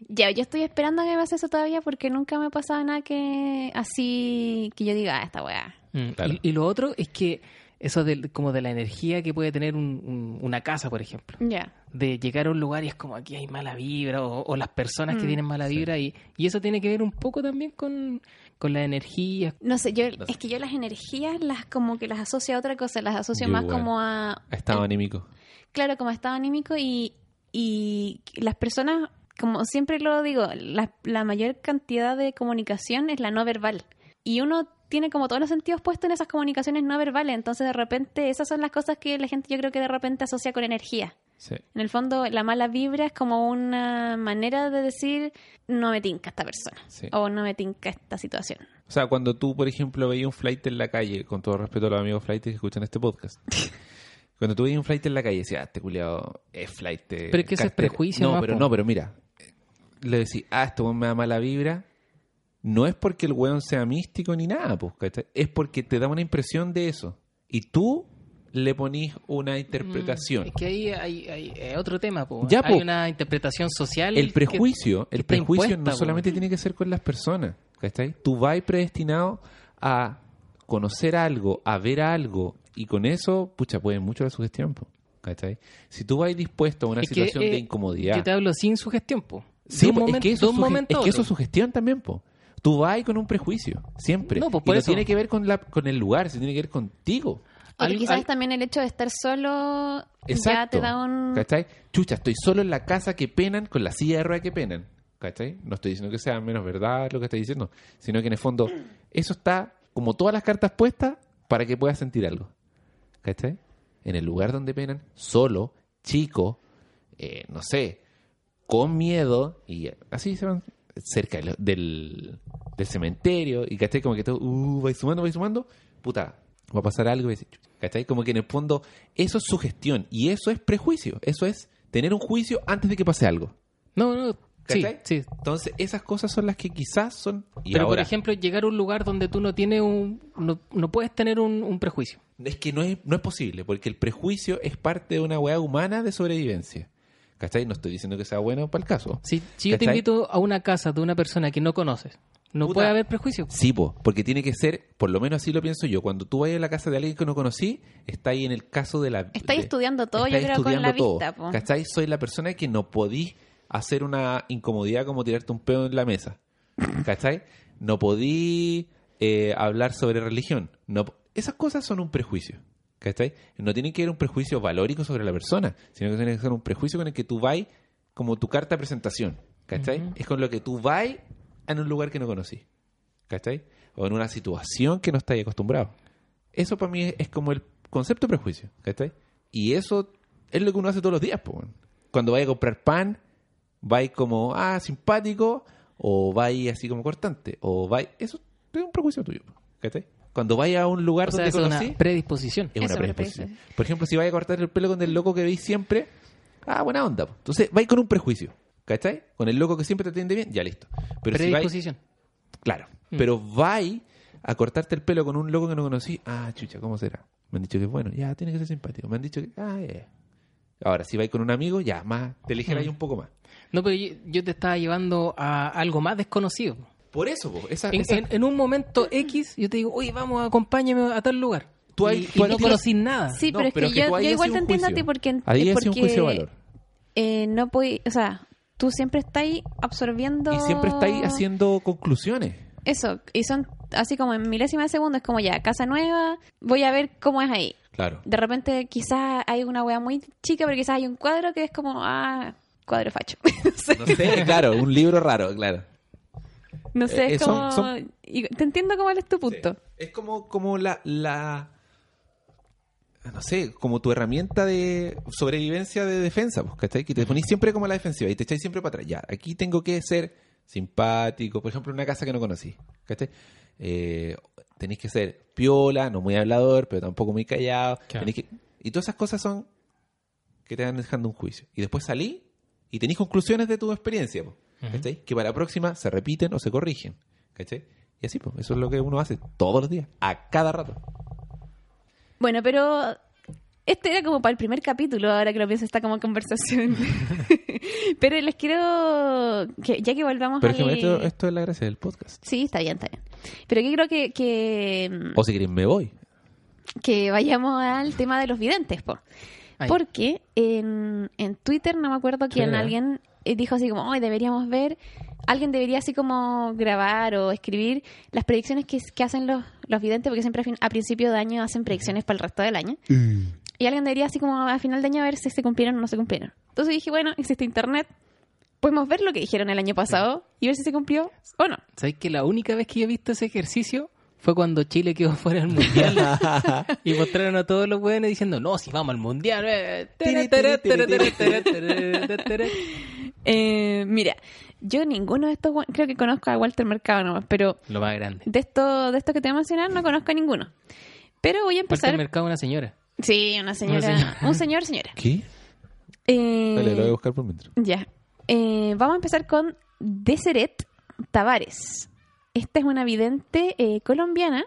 A: Ya, yo estoy esperando a que me pase eso todavía porque nunca me ha pasado nada que así que yo diga, ah, esta weá.
C: Mm,
B: Claro.
C: Y, y lo otro es que eso del, como de la energía que puede tener un- un- una casa, por ejemplo.
A: Ya.
C: De llegar a un lugar y es como aquí hay mala vibra o, o las personas que
A: Mm.
C: tienen mala vibra. Y, y eso tiene que ver un poco también con, con Mm, la energía.
A: No sé, yo
B: No sé.
A: es que yo las energías las como que las asocio a otra cosa, las asocio
B: Yo
A: más
B: igual.
A: como a
B: Ha
C: Eh.
B: estado anímico.
A: claro, como a estado anímico y, y las personas, como siempre lo digo, la, la mayor cantidad de comunicación es la no verbal. Y uno tiene como todos los sentidos puestos en esas comunicaciones no verbales, entonces de repente esas son las cosas que la gente yo creo que de repente asocia con energía.
B: Sí.
A: En el fondo, la mala vibra es como una manera de decir, no me tinca esta persona,
B: Sí.
A: o no me tinca esta situación.
B: O sea, cuando tú, por ejemplo, veías un flight en la calle, con todo respeto a los amigos flight que escuchan este podcast.
C: *laughs*
B: Cuando tú veías un flight en la calle, decías, ah, este culiado es flight.
C: Pero es que eso es prejuicio
B: No,
C: más,
B: pero
C: po.
B: no, pero mira. Le decís, ah, este weón me da mala vibra. No es porque el weón sea místico ni nada, pues, ¿cachai? Es porque te da una impresión de eso. Y tú le ponís
C: Mm,
B: una interpretación.
C: Es que ahí hay, hay, eh, otro tema. po.
B: Ya,
C: Hay
B: po.
C: una interpretación social.
B: El
C: que-
B: prejuicio, el
C: está
B: prejuicio
C: impuesta,
B: no
C: po.
B: solamente tiene que ser con las personas, ¿cachai? Tú vas predestinado a conocer algo, a ver algo, y con eso, pucha, puede mucho la sugestión, po, ¿cachai? Si tú vas dispuesto a una
C: es que,
B: situación de
C: eh,
B: incomodidad...
C: Yo te hablo sin sugestión. Po.
B: Sí,
C: de un
B: po,
C: momento,
B: es que eso,
C: de
B: es
C: un
B: suge-
C: momento
B: es
C: a
B: que eso es
C: otro.
B: sugestión también, po. Tú vas con un prejuicio, siempre.
C: No, pues,
B: Y
C: por
B: no
C: eso.
B: tiene que ver con, la, con el lugar, se tiene que ver contigo.
A: O que
C: Al-
A: quizás
C: al-
A: también el hecho de estar solo ya
B: Exacto.
A: te da un...
B: ¿Cachai? Chucha, estoy solo en la casa que penan con la silla de ruedas que penan. ¿Cachai? No estoy diciendo que sea menos verdad lo que estoy diciendo, sino que en el fondo eso está como todas las cartas puestas para que puedas sentir algo. ¿Cachai? En el lugar donde penan, solo, chico, eh, no sé, con miedo y así se van cerca de lo- del, del cementerio y ¿cachai? Como que todo, uh, vais sumando, vais sumando, puta, va a pasar algo y dices, "Chuch", ¿cachai? Como que en el fondo eso es sugestión y eso es prejuicio, eso es tener un juicio antes de que pase algo.
C: No, no. Sí,
B: ¿Cachai?
C: sí,
B: Entonces esas cosas son las que quizás son... Y
C: Pero,
B: ahora,
C: por ejemplo, llegar a un lugar donde tú no tienes un... No, no puedes tener un, un prejuicio.
B: Es que no es, no es posible, porque el prejuicio es parte de una weá humana de sobrevivencia. ¿Cachai? No estoy diciendo que sea bueno para el caso.
C: Si, si yo te
B: ¿Cachai?
C: invito a una casa de una persona que no conoces, no
B: Puta.
C: puede haber prejuicio.
B: Sí, po, porque tiene que ser, por lo menos así lo pienso yo, cuando tú vayas a la casa de alguien que no conocí, está ahí en el caso de la...
A: Estáis
B: de-
A: estudiando todo,
B: estáis
A: yo creo, con
B: estudiando
A: la
B: todo,
A: vista. po.
B: ¿Cachai? Soy la persona que no podí hacer una incomodidad como tirarte un pedo en la mesa. ¿Cachai? No podí eh, hablar sobre religión. No, po- esas cosas son un prejuicio. ¿Cachai? No tiene que ser un prejuicio valórico sobre la persona, sino que tiene que ser un prejuicio con el que tú vas como tu carta de presentación. ¿Cachai?
C: Ujú.
B: Es con lo que tú vas en un lugar que no conocí. ¿Cachai? O en una situación que no estáis acostumbrado. Eso para mí es, es como el concepto de prejuicio, ¿cachai? Y eso es lo que uno hace todos los días, po, weón. Cuando vaya a comprar pan, vais como, ah, simpático, o vais así como cortante, o vais... Eso es un prejuicio tuyo, po, ¿cachai? Cuando vaya a un lugar
C: O sea,
B: donde
C: es
B: conocí, Eh,
C: una predisposición.
B: es
A: Eso
B: una
A: me
B: predisposición.
A: parece.
B: Por ejemplo, si vais a cortar el pelo con el loco que veis siempre, ah, buena onda. po. Entonces, vais con un prejuicio, ¿cachai? Con el loco que siempre te atiende bien, ya listo. Pero si vais...
C: predisposición.
B: Claro.
C: Mm.
B: Pero vai a cortarte el pelo con un loco que no conocí. Ah, chucha, ¿cómo será? Me han dicho que es bueno. Ya, tiene que ser simpático. Me han dicho que... Ah, ya, ya. Ahora, si vais con un amigo, ya, más... Te eligieras ahí
C: Mm.
B: un poco más.
C: No, pero yo, yo te estaba llevando a algo más desconocido.
B: Por eso, po, esa,
C: En,
B: esa-
C: en- en un momento X, yo te digo, oye, vamos, acompáñame a tal lugar.
B: Tú
C: y
B: ahí-
C: y
B: tú ahí
C: no
B: tiras-
C: conocí nada.
A: Sí,
B: No,
A: pero es
B: pero
A: que,
B: es que
A: yo,
B: tú ahí
A: yo
B: has
A: igual
B: sido
A: te
B: un
A: entiendo a ti
B: juicio.
A: porque,
B: Ahí ha
A: porque
B: sido un juicio de valor.
A: eh, no puedes, o sea, tú siempre estás absorbiendo...
B: Y siempre estáis haciendo conclusiones.
A: Eso, y son así como en milésimas de segundo, es como ya, casa nueva, voy a ver cómo es ahí.
B: Claro.
A: De repente quizás hay una wea muy chica, pero quizás hay un cuadro que es como, ah, cuadro facho. *laughs* no sé.
B: No sé, claro, un libro raro, claro.
A: No sé,
B: Eh,
A: es
B: son-
A: como...
B: son-
A: y- Te entiendo cuál es tu punto.
B: Sí. Es como, como la, la. no sé, como tu herramienta de sobrevivencia de defensa, pues, ¿cachai? Que te ponís siempre como a la defensiva y te echáis siempre para atrás. Ya, aquí tengo que ser simpático, por ejemplo, en una casa que no conocí, ¿cachai? Eh, tenéis que ser piola, no muy hablador, pero tampoco muy callado.
D: Claro.
B: Tenés que- Y todas esas cosas son que te van dejando un juicio. Y después salí y tenéis conclusiones de tu experiencia, pues,
D: Ujú.
B: ¿cachai? Que para la próxima se repiten o se corrigen, ¿cachai? Y así, pues, eso es lo que uno hace todos los días, a cada rato.
A: Bueno, pero este era como para el primer capítulo, ahora que lo pienso, está como
B: *laughs*
A: conversación. *laughs* pero les quiero, que, ya que volvamos
B: Pero
A: al...
B: es que esto, esto es la gracia del podcast.
A: Sí, está bien, está bien. Pero que creo que, que,
B: O si queréis, me voy.
A: que vayamos al tema de los videntes, po.
C: Ahí.
A: Porque en, en Twitter, no me acuerdo quién,
B: Claro.
A: alguien eh, dijo así como, hoy deberíamos ver, alguien debería así como grabar o escribir las predicciones que, que hacen los, los videntes, porque siempre a, fin- a principio de año hacen predicciones para el resto del año. Y alguien debería así como a final de año ver si se cumplieron o no se cumplieron. Entonces dije, bueno, existe internet, podemos ver lo que dijeron el año pasado y ver si se cumplió o no.
C: ¿Sabéis que la única vez que yo he visto ese ejercicio fue cuando Chile quedó *laughs* fuera del
B: *laughs*
C: mundial? y mostraron a todos los hueones diciendo, no, si vamos al mundial. eh".
B: Tiri, tiri, tiri, tiri,
A: Eh, mira, yo ninguno de estos, gua- creo que conozco a Walter Mercado nomás, pero
C: Lo más grande.
A: de esto, de esto que te voy a mencionar no conozco a ninguno. Pero voy a
C: Parte
A: empezar.
C: del mercado una señora.
A: Sí, una señora,
C: Una señora.
A: un señor, señora.
B: ¿Qué?
A: Eh,
B: *laughs* Dale, lo voy a buscar por mientras.
A: ya. Eh, vamos a empezar con Deseret Tavares. Esta es una vidente eh, colombiana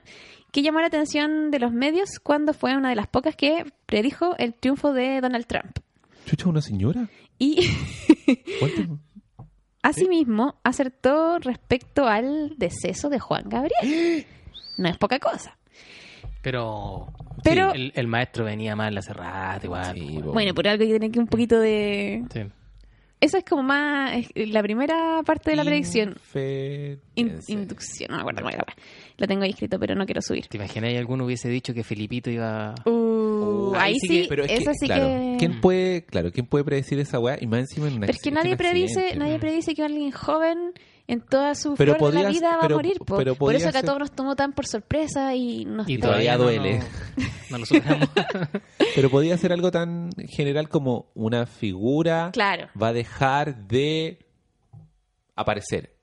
A: que llamó la atención de los medios cuando fue una de las pocas que predijo el triunfo de Donald Trump.
B: Chucha, una señora.
A: Y *laughs*
B: ¿Cuánto? *laughs*
A: Asimismo, acertó respecto al deceso de Juan Gabriel. No es poca cosa.
C: Pero,
A: Pero-
C: el, el maestro venía mal hace rato igual.
B: Sí,
C: pues,
B: po.
A: Bueno, por algo que tiene que un poquito de...
C: sí.
A: Eso es como más... es la primera parte de la predicción. In-
B: Inferencia.
A: inducción, no me acuerdo cómo era. la- Lo tengo ahí escrito, pero no quiero subir.
C: ¿Te imaginas ahí alguno hubiese dicho que Felipito iba...
B: Oh,
A: Uh, ahí sí,
B: pero es
A: eso sí
B: claro,
A: que...
B: ¿Quién puede, claro, ¿quién puede predecir esa weá? Y más encima en una
A: Pero es que nadie predice, nadie predice que alguien joven en toda su
B: Pero
A: flor de la
B: podías-
A: vida va
B: pero-
A: a morir. po.
B: pero
A: Por eso
B: podías
A: que a
B: ser-
A: todos nos tomó tan por sorpresa y nos
B: Y todavía
C: no,
B: duele.
C: No, *laughs* no
A: *laughs*
C: lo superamos.
B: Pero podría ser algo tan general como una figura
A: Claro,
B: va a dejar de aparecer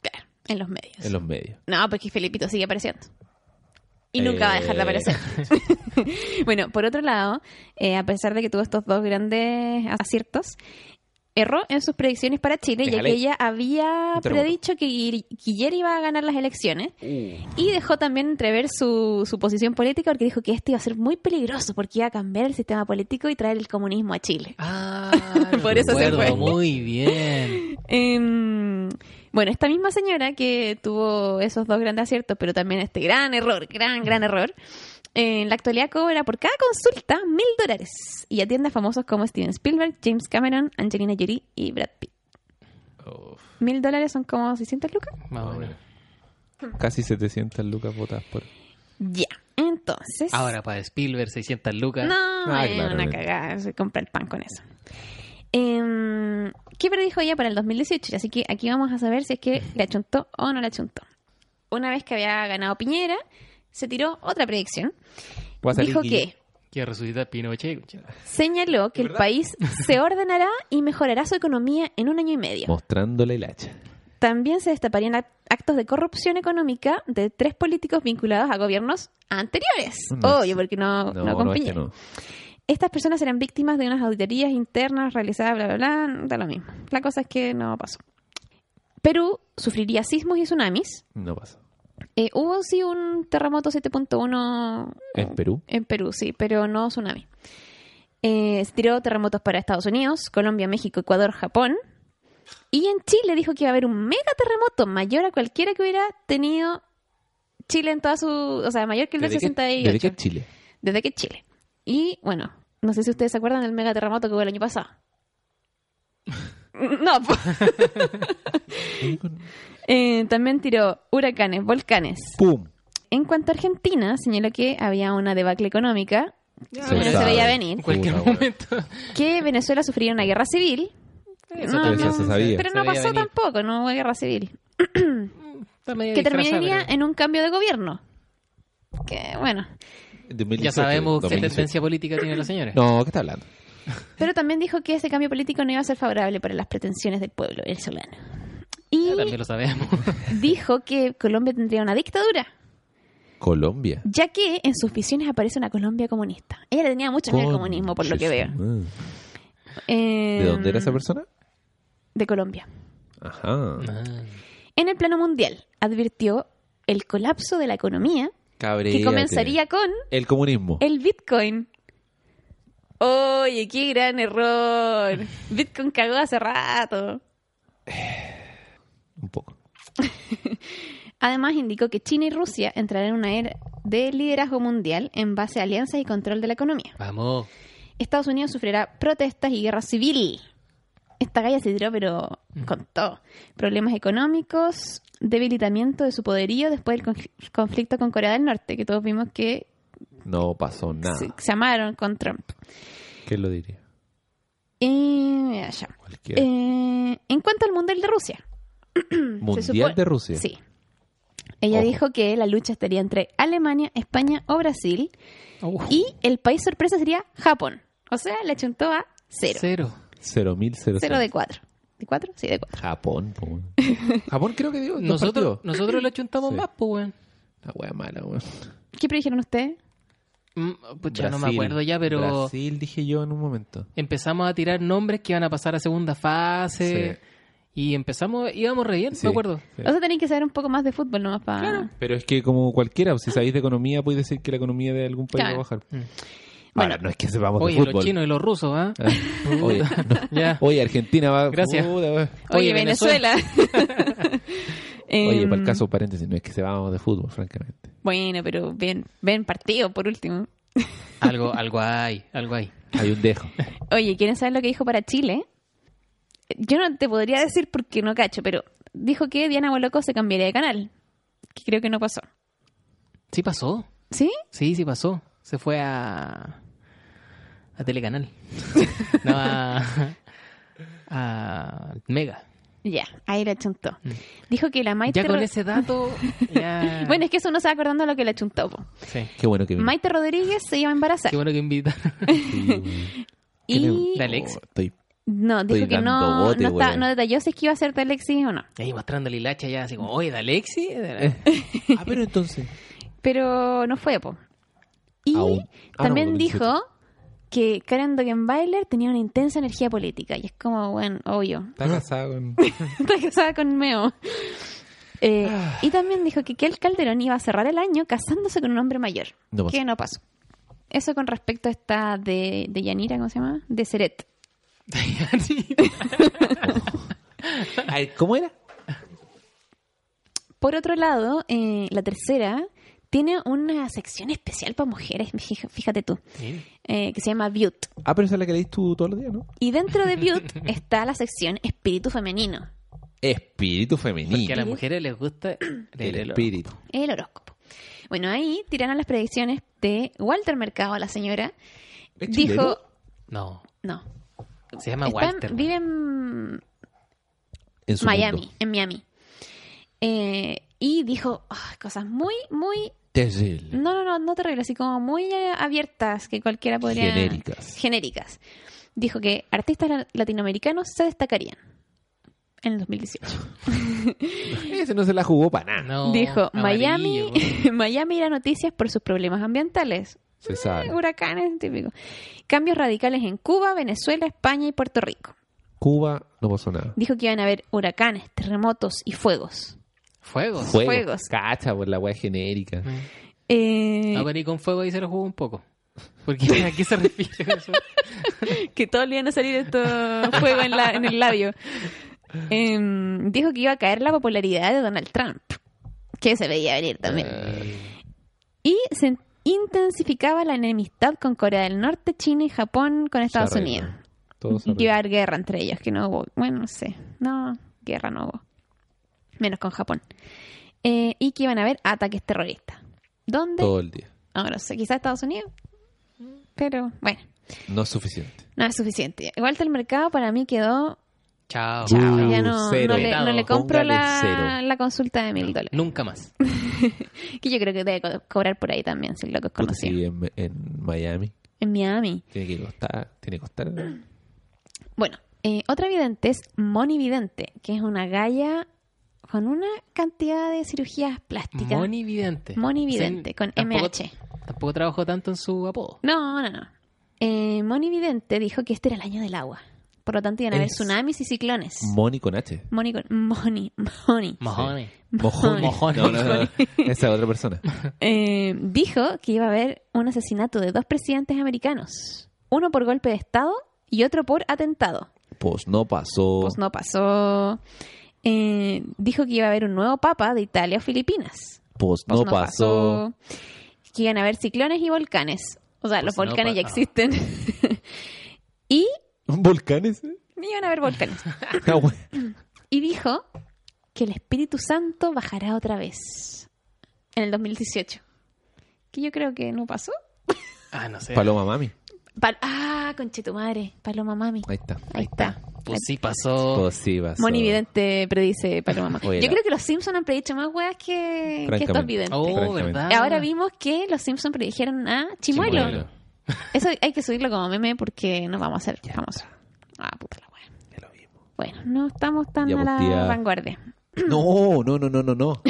A: claro, en los medios.
B: en los medios.
A: No, porque Felipito sigue apareciendo. Y nunca va a dejar de
B: Eh.
A: aparecer. *laughs* bueno, por otro lado, eh, a pesar de que tuvo estos dos grandes aciertos, erró en sus predicciones para Chile,
B: Déjale. Este
A: ya que ella había
B: Un terremoto.
A: predicho que Guil- Guillermo iba a ganar las elecciones y dejó también entrever su, su posición política porque dijo que este iba a ser muy peligroso porque iba a cambiar el sistema político y traer el comunismo a Chile.
C: Ah,
A: Por eso se
C: recuerdo
A: fue.
C: Muy bien.
A: Em, bueno, esta misma señora que tuvo esos dos grandes aciertos, pero también este gran error, gran, gran error, eh, en la actualidad cobra por cada consulta mil dólares y atiende a famosos como Steven Spielberg, James Cameron, Angelina Jolie y Brad Pitt.
B: Uf,
A: Mil dólares son como 600 lucas.
C: Más o menos.
B: casi 700 lucas votadas por.
A: Ya, entonces...
C: Ahora para Spielberg, 600 lucas.
A: No,
B: Ah,
A: es
B: claro,
A: una
B: bien.
A: cagada, se compra el pan con eso. Em, ¿Qué predijo ella para el 2018? Así que aquí vamos a saber si es que la chuntó o no la chuntó. Una vez que había ganado Piñera, se tiró otra predicción.
B: Va a salir
A: Dijo
B: Guille-
A: que
C: Quiere resucitar Pinochet. concha.
A: señaló que el
B: ¿Verdad?
A: país se ordenará y mejorará su economía en un año y medio.
B: Mostrándole el hacha.
A: También se destaparían act- actos de corrupción económica de tres políticos vinculados a gobiernos anteriores.
B: No,
A: Oye, porque no, no, con
B: este
A: Piñera. Estas personas eran víctimas de unas auditorías internas realizadas, bla, bla, bla, da lo mismo. La cosa es que no pasó. Perú sufriría sismos y tsunamis.
B: No pasa.
A: Eh, hubo sí un terremoto 7.1
B: En Perú.
A: en Perú, sí, pero no tsunami. Eh, se tiró terremotos para Estados Unidos, Colombia, México, Ecuador, Japón. Y en Chile dijo que iba a haber un mega terremoto mayor a cualquiera que hubiera tenido Chile en toda su... O sea, mayor que el del
B: Desde que-
A: 68
B: desde que Chile.
A: desde que Chile. Y bueno, no sé si ustedes se acuerdan del mega terremoto que hubo el año pasado. *laughs* No, po. *laughs* Eh, también tiró huracanes, volcanes.
B: ¡Pum!
A: En cuanto a Argentina, señaló que había una debacle económica,
B: Se
A: pero se
B: sabe.
A: veía venir,
C: En cualquier
B: Puta, weón.
C: momento.
A: que Venezuela sufriría una guerra civil.
B: Eso te- eso se Eh, sabía.
A: pero no
C: Se veía
A: pasó
C: venir.
A: tampoco, no hubo guerra civil.
C: Está medio
A: Que
C: disfrazada,
A: terminaría
C: pero-
A: en un cambio de gobierno. Que bueno.
B: 2018,
C: ya sabemos qué
B: 2018.
C: tendencia política tiene la señora.
B: No, ¿qué está hablando?
A: Pero también dijo que ese cambio político no iba a ser favorable para las pretensiones del pueblo venezolano. Y
B: *laughs*
C: Ya También lo sabemos.
A: dijo que Colombia tendría una dictadura,
B: Colombia.
A: ya que en sus visiones aparece una Colombia comunista. Ella le tenía mucho miedo al comunismo, por lo que veo. Em,
B: Concha su madre. ¿De dónde era esa persona?
A: De Colombia.
B: Ajá.
C: Ah.
A: En el plano mundial, advirtió el colapso de la economía
B: Cabrera.
A: que comenzaría con
B: El comunismo.
A: el Bitcoin. Oye, qué gran error. Bitcoin cagó hace rato.
B: Un poco.
A: Además, indicó que China y Rusia entrarán en una era de liderazgo mundial en base a alianzas y control de la economía.
C: Vamos.
A: Estados Unidos sufrirá protestas y guerra civil. Esta galla se tiró, pero con todo. Problemas económicos, debilitamiento de su poderío después del conf- conflicto con Corea del Norte, que todos vimos que
B: No pasó nada.
A: se, se amaron con Trump.
B: ¿Qué lo diría?
A: Y allá.
B: Cualquiera.
A: Eh, en cuanto al Mundial de Rusia. se
B: Mundial
A: supone-
B: de Rusia.
A: Sí. Ella
B: Ojo.
A: dijo que la lucha estaría entre Alemania, España o Brasil.
C: Uh,
A: Y el país sorpresa sería Japón. O sea, la chuntó a cero.
C: Cero.
B: Cero mil cero.
A: Cero
B: cero.
A: de cuatro. ¿De cuatro? Sí, de cuatro. *laughs*
B: Japón. po, weón. Japón creo que digo.
C: Nosotros, Pues nosotros le chuntamos
B: Sí.
C: más, pues, weón.
B: La wea mala, weón.
A: ¿Qué predijeron ustedes?
C: Mm, Pucha, no me
B: Brasil.
C: acuerdo ya, pero
B: Brasil dije yo en un momento.
C: empezamos a tirar nombres que iban a pasar a segunda fase. Y empezamos, íbamos re bien,
B: Sí,
C: me acuerdo.
B: sí.
A: O sea, tenéis que saber un poco más de fútbol nomás para...
B: Pero es que como cualquiera, si sabéis de economía, podéis decir que la economía de algún país
A: Claro.
B: va a bajar.
C: Mm.
B: Ahora, no es que sepamos
C: Oye,
B: de
C: los
B: fútbol. Oh.
C: chinos y los rusos,
B: *laughs*
C: ¿ah?
B: Ah,
C: *laughs*
B: Oye, no.
C: Ya.
B: Oye, Argentina va...
C: Gracias.
B: Puta, weón.
A: Oye, Venezuela. *laughs*
B: Oye,
A: Em,
B: por el caso, paréntesis, no es que sepamos de fútbol, francamente.
A: Bueno, pero ven, ven partido por último.
C: Algo, algo hay, algo hay.
B: Hay un dejo.
A: Oye, ¿quieren saber lo que dijo para Chile? Yo no te podría decir porque no cacho, pero dijo que Diana Boloco se cambiaría de canal. Que creo que no pasó.
C: Sí pasó.
A: ¿Sí?
C: Sí, sí pasó. Se fue a.
B: *laughs*
C: a Telecanal. no, a. a Mega.
A: Ya, ahí la chuntó. Dijo que la Maite...
C: Ya con
A: Ro-
C: ese dato.
B: Ah.
C: ya-
A: *laughs* Bueno, es que eso no se va acordando de lo que la chuntó. po.
C: Sí.
B: Qué bueno que vino.
A: Maite Rodríguez se iba a embarazar.
C: Qué bueno que invita.
B: Sí, weón. Oh,
A: Y...
C: Dale. Alex.
B: estoy
A: No,
B: Estoy
A: dijo que
B: dando
A: no,
B: bote,
A: no, está-
B: weón.
A: no detalló si es que iba a ser de Alexis o no.
C: Ahí mostrándole la hacha ya, así como, oye, de Alexi. *laughs*
B: Ah, pero entonces.
A: Pero no fue, po. Y
B: Aún. Ah,
A: también
B: no, 2018.
A: dijo que Karen Dogenbailer tenía una intensa energía política. Y es como, bueno, obvio. *laughs*
B: Está casado con. *laughs*
A: Está casada con Meo. Eh, y también dijo que Kel Calderón iba a cerrar el año casándose con un hombre mayor.
B: No pasó.
A: que no pasó. Eso con respecto a esta de, de Yanira, ¿cómo se llama? De Seret.
B: Ay, ¿Cómo era?
A: Por otro lado, eh, la tercera tiene una sección especial para mujeres, fija- fíjate tú, eh, que se llama Beauty.
B: Ah, pero esa es la que leís tú todos los días, ¿no?
A: Y dentro de
B: *laughs*
A: Beauty está la sección Espíritu Femenino,
B: Espíritu femenino.
C: Porque a las mujeres les gusta
B: El
C: leer el-
B: espíritu.
A: el horóscopo. Bueno, ahí tiraron las predicciones de Walter Mercado, la señora.
B: ¿Es
A: Dijo,
B: chileno?
C: No,
A: no,
C: se llama
A: está en-
C: Walter.
A: vive en
B: En su
A: Miami,
B: mundo.
A: en Miami. Eh, y dijo ah, cosas muy, muy,
B: Terrible.
A: no, no, no, no terribles, así como muy eh, abiertas que cualquiera podría...
B: Genéricas.
A: Genéricas. Dijo que artistas la- latinoamericanos se destacarían en el 2018.
B: Ese no se la jugó para nada.
C: No,
A: Dijo,
C: Oh, amarillo,
A: Miami, *laughs* Miami irá a noticias por sus problemas ambientales.
B: Se sabe.
A: Eh, Huracanes, típico. Cambios radicales en Cuba, Venezuela, España y Puerto Rico.
B: Cuba no pasó nada.
A: Dijo que iban a haber huracanes, terremotos y fuegos.
C: Fuego.
B: Fuegos.
A: Fuegos.
B: Cacha por la wea genérica.
A: Eh,
C: No, pero y con fuego ahí se lo jugó un poco.
B: *laughs*
C: Porque a qué se refiere con eso.
A: que todos le iban a salir estos fuegos en, la- en el labio. Em, dijo que iba a caer la popularidad de Donald Trump, que se veía venir también.
B: Eh,
A: Y se intensificaba la enemistad con Corea del Norte, China y Japón con Estados
B: Se
A: Unidos.
B: arregla. Ah, Todo se
A: Y que iba a
B: arregla.
A: haber guerra entre ellos, que no hubo. Bueno, no sé. No, guerra no hubo. Menos con Japón. Eh, y que iban a haber ataques terroristas. ¿Dónde? Ah,
B: Todo el día.
A: No, no sé, quizás Estados Unidos. Pero bueno,
B: No es suficiente.
A: no es suficiente. Igual el mercado para mí quedó.
C: Chao.
A: Chao,
B: Uh,
A: ya no,
B: cero.
A: no le, no le compro
B: Póngale
A: la,
B: cero.
A: la consulta de mil dólares.
C: Nunca más.
A: que yo creo que debe co- cobrar por ahí también, si el loco es
B: Puta,
A: conocido.
B: sí, en, en Miami.
A: En Miami.
B: Tiene que costar, tiene
A: *clears throat*
B: que costar.
A: Bueno, eh, otra vidente es Moni Vidente, que es una galla con una cantidad de cirugías plásticas.
C: Moni Vidente.
A: Moni
C: O sea,
A: Vidente, con
C: tampoco-
A: MH.
C: Tampoco trabajó tanto en su apodo.
A: No, no, no. Eh, Moni Vidente dijo que este era el año del agua. Por lo tanto, iban a haber
B: Es-
A: tsunamis y ciclones.
B: Moni con H.
A: Moni, con- Moni, Moni.
C: Mojone.
B: Mojón.
C: Mojón.
B: No, no, no. *laughs* Esa es otra persona.
A: Eh, dijo que iba a haber un asesinato de dos presidentes americanos. Uno por golpe de Estado y otro por atentado.
B: Pues no pasó.
A: Pues no pasó. Eh, dijo que iba a haber un nuevo papa de Italia o Filipinas.
B: Pues
A: Pues
B: no, pasó.
A: Que iban a haber ciclones y volcanes. O sea,
C: Pues
A: los
C: no
A: volcanes ya
C: pa- ah.
A: existen. *laughs* y
B: *laughs* ¿Volcanes?
A: iban a haber volcanes.
B: Ah, bueno.
A: Y dijo que el Espíritu Santo bajará otra vez en el 2018. Que yo creo que no pasó.
C: Ah, no sé.
B: Paloma Mami.
A: Pal- ah, conche tu madre. Paloma Mami.
B: Ahí está.
A: Ahí está.
C: Pues sí pasó.
A: Oh.
B: Pues sí pasó.
A: Monividente predice Paloma Mami.
B: Oye,
A: Yo
B: la-
A: creo que los Simpsons han predicho más weas que, que estos
B: Francamente.
A: videntes.
C: Oh,
B: Francamente.
C: ¿verdad?
A: Ahora vimos que los Simpsons predijeron a Chimuelo.
B: Chimuelo.
A: Eso hay que subirlo como meme porque no vamos a ser famosos. Ah, puta la wea. Bueno, no estamos tan
B: Ya,
A: a la
B: pues, tía.
A: vanguardia.
B: No, no, no, no, no, no.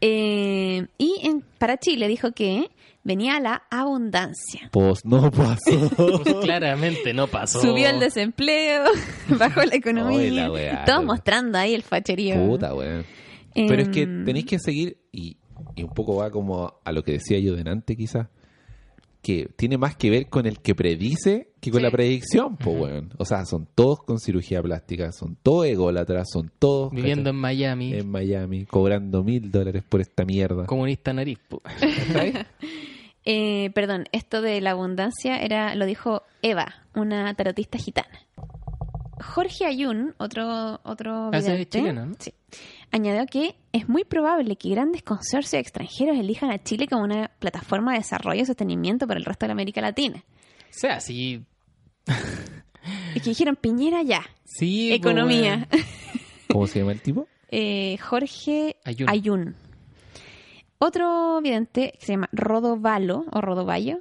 A: Eh, y en- para Chile dijo que venía la abundancia.
B: Pues
A: *laughs*
B: no pasó.
C: Pues claramente no pasó.
A: Subió el desempleo, *laughs* bajó la
B: Oye,
A: economía.
B: Oh. la weá,
A: todos
B: la-
A: mostrando ahí el facherío.
B: Puta, weón. Pero es que
A: Em,
B: tenéis que seguir, y, y un poco va como a lo que decía yo delante, quizás, que tiene más que ver con el que predice que con
A: Sí.
B: la predicción, pues, weón. O sea, son todos con cirugía plástica, son todos ególatras, son todos
C: Viviendo en
B: ¿cachai?
C: Miami.
B: en Miami, cobrando mil dólares por esta mierda.
C: Comunista nariz. po.
B: ¿Cachai?
A: eh, perdón, esto de la abundancia era lo dijo Eva, una tarotista gitana. Jorge Ayun, otro otro
C: Ah, ese es
A: vidente,
C: chileno, ¿no?
A: sí, añadió que es muy probable que grandes consorcios extranjeros elijan a Chile como una plataforma de desarrollo y sostenimiento para el resto de la América Latina.
C: O sea, sí.
A: Y que dijeron Piñera ya,
C: Sí. pues, po,
A: economía.
C: weón.
B: *laughs* ¿Cómo se llama el tipo?
A: Eh, Jorge
C: Ayun.
A: Ayun. Otro vidente que se llama Rodovalo o Rodovallo,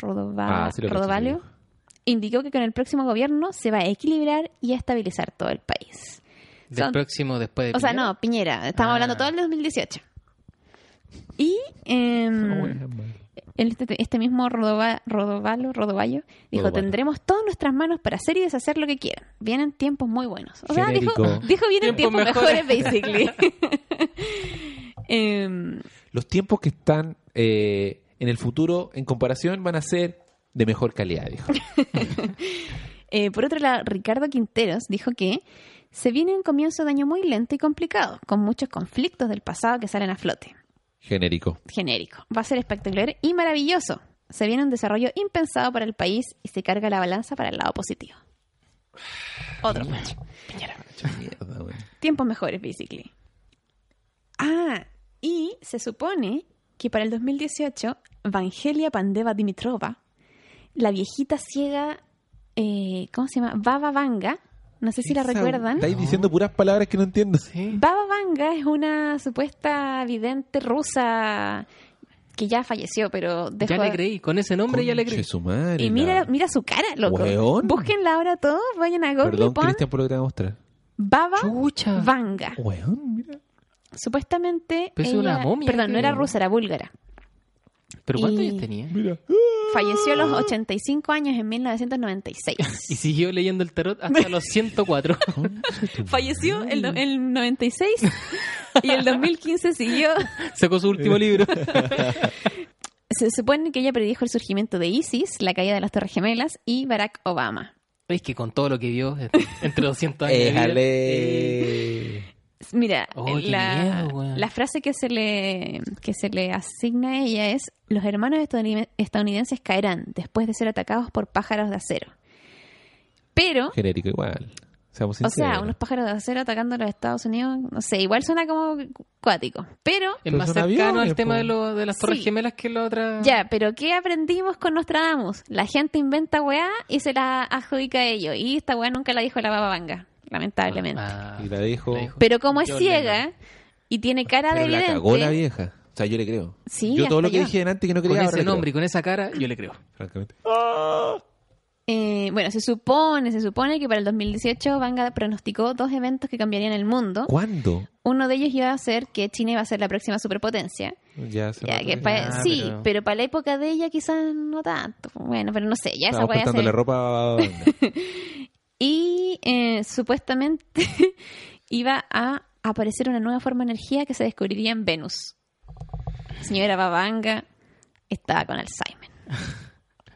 A: Rodova-
B: Ah, sí lo cacho,
A: Rodovalio,
B: sí.
A: indicó que con el próximo gobierno se va a equilibrar y a estabilizar todo el país.
C: Del
A: *laughs* Son-
C: próximo después de.
A: O sea,
C: Piñera.
A: no, Piñera, estamos
C: Ah.
A: hablando todo el 2018. Y em, el- este, este mismo Rodova- Rodovalo, Rodovallo, dijo,
B: Rodovallo.
A: tendremos todas nuestras manos para hacer y deshacer lo que quieran. Vienen tiempos muy buenos. O sea, dijo,
B: Genérico.
A: dijo, vienen
C: Tiempos
A: tiempos mejores, basically. *laughs* Em,
B: Los tiempos que están eh, en el futuro, en comparación, van a ser de mejor calidad,
A: *laughs*
B: dijo.
A: Eh, por otro lado, Ricardo Quinteros dijo que se viene un comienzo de año muy lento y complicado, con muchos conflictos del pasado que salen a flote.
B: Genérico.
A: Genérico. Va a ser espectacular y maravilloso. Se viene un desarrollo impensado para el país y se carga la balanza para el lado positivo. Otro macho.
B: Mucha mierda, weón.
A: Tiempos mejores, basically. Ah, y se supone que para el 2018, Vangelia Pandeva Dimitrova, la viejita ciega, eh, ¿cómo se llama? Baba Vanga, no sé si la
B: Esa-
A: recuerdan.
B: Estáis diciendo puras palabras que no entiendo.
C: Sí.
A: Baba Vanga es una supuesta vidente rusa que ya falleció, pero dejó...
C: Ya le creí. Con ese nombre ya le creí.
B: Conche su madre,
A: Y mira,
B: la-
A: mira su cara, loco.
B: Weón.
A: Búsquenla ahora todos, vayan a Google y
B: Perdón,
A: pon Ah.
B: Cristian, por lo que te voy a mostrar.
A: Baba
C: Chucha.
A: Vanga.
B: Weón, mira.
A: Supuestamente.
C: Pero es
A: ella-
C: una momia,
A: Perdón, no
C: creo.
A: era rusa, era búlgara.
C: ¿Pero cuántos
A: Y-
C: años tenía?
B: Mira.
A: Falleció a los 85 años en 1996.
C: Ah. *laughs* Y siguió leyendo el tarot
A: *laughs*
C: hasta los 104.
A: Falleció el,
C: Mm.
A: do- el 96 y el 2015 siguió.
C: *laughs* Sacó su último libro. *laughs*
A: Se supone que ella predijo el surgimiento de ISIS, la caída de las Torres Gemelas y Barack Obama.
C: Es que con todo lo que vio, eh, entre 200 años. de vida, eh,
B: Éjale.
A: Mira,
C: Oh, qué
A: la,
C: miedo, weón.
A: la frase que se, le, que se le asigna a ella es, los hermanos estadouni- estadounidenses caerán después de ser atacados por pájaros de acero. Pero,
B: Genérico igual. Seamos
A: o
B: sinceros.
A: sea, unos pájaros de acero atacando a los Estados Unidos, no sé, igual suena como cuático. Pero,
C: Es
B: Pero
C: más
B: son
C: cercano
B: aviones,
C: al tema
B: po.
C: de, lo- de las Torres
A: Sí.
C: Gemelas que la otra.
B: Mm.
A: ya, pero ¿qué aprendimos con Nostradamus? La gente inventa weá y se la adjudica a ellos. Y esta weá nunca la dijo la bababanga, lamentablemente.
C: Ah,
B: Y la dijo-
A: Pero como es
C: John
A: ciega, Y tiene cara
B: Pero
A: de
B: la
A: vidente.
B: cagó la vieja. O sea, yo le creo.
A: Sí,
B: yo todo
A: hasta
B: lo que
A: yo.
B: dije antes que no
C: Con
B: creía ahora
C: ese
B: le creo,
C: nombre y con esa cara, yo le creo.
B: francamente.
A: Eh, bueno, se supone, se supone que para el 2018 Vanga pronosticó dos eventos que cambiarían el mundo.
B: ¿Cuándo?
A: Uno de ellos iba a ser que China iba a ser la próxima superpotencia.
B: Ya se
A: Ya
B: me
A: que
B: ocurrió.
A: pa-
C: Ah,
A: sí,
C: pero-
A: pero... para la época de ella quizás no tanto. Bueno, pero no sé, ya esa
B: Estábamos
A: weá
B: cortándole
A: se-
B: ropa a Wanda.
A: *laughs* Y eh, supuestamente *laughs* iba a aparecer una nueva forma de energía que se descubriría en Venus. Señora Babanga estaba con
B: *laughs*
A: Alzheimer.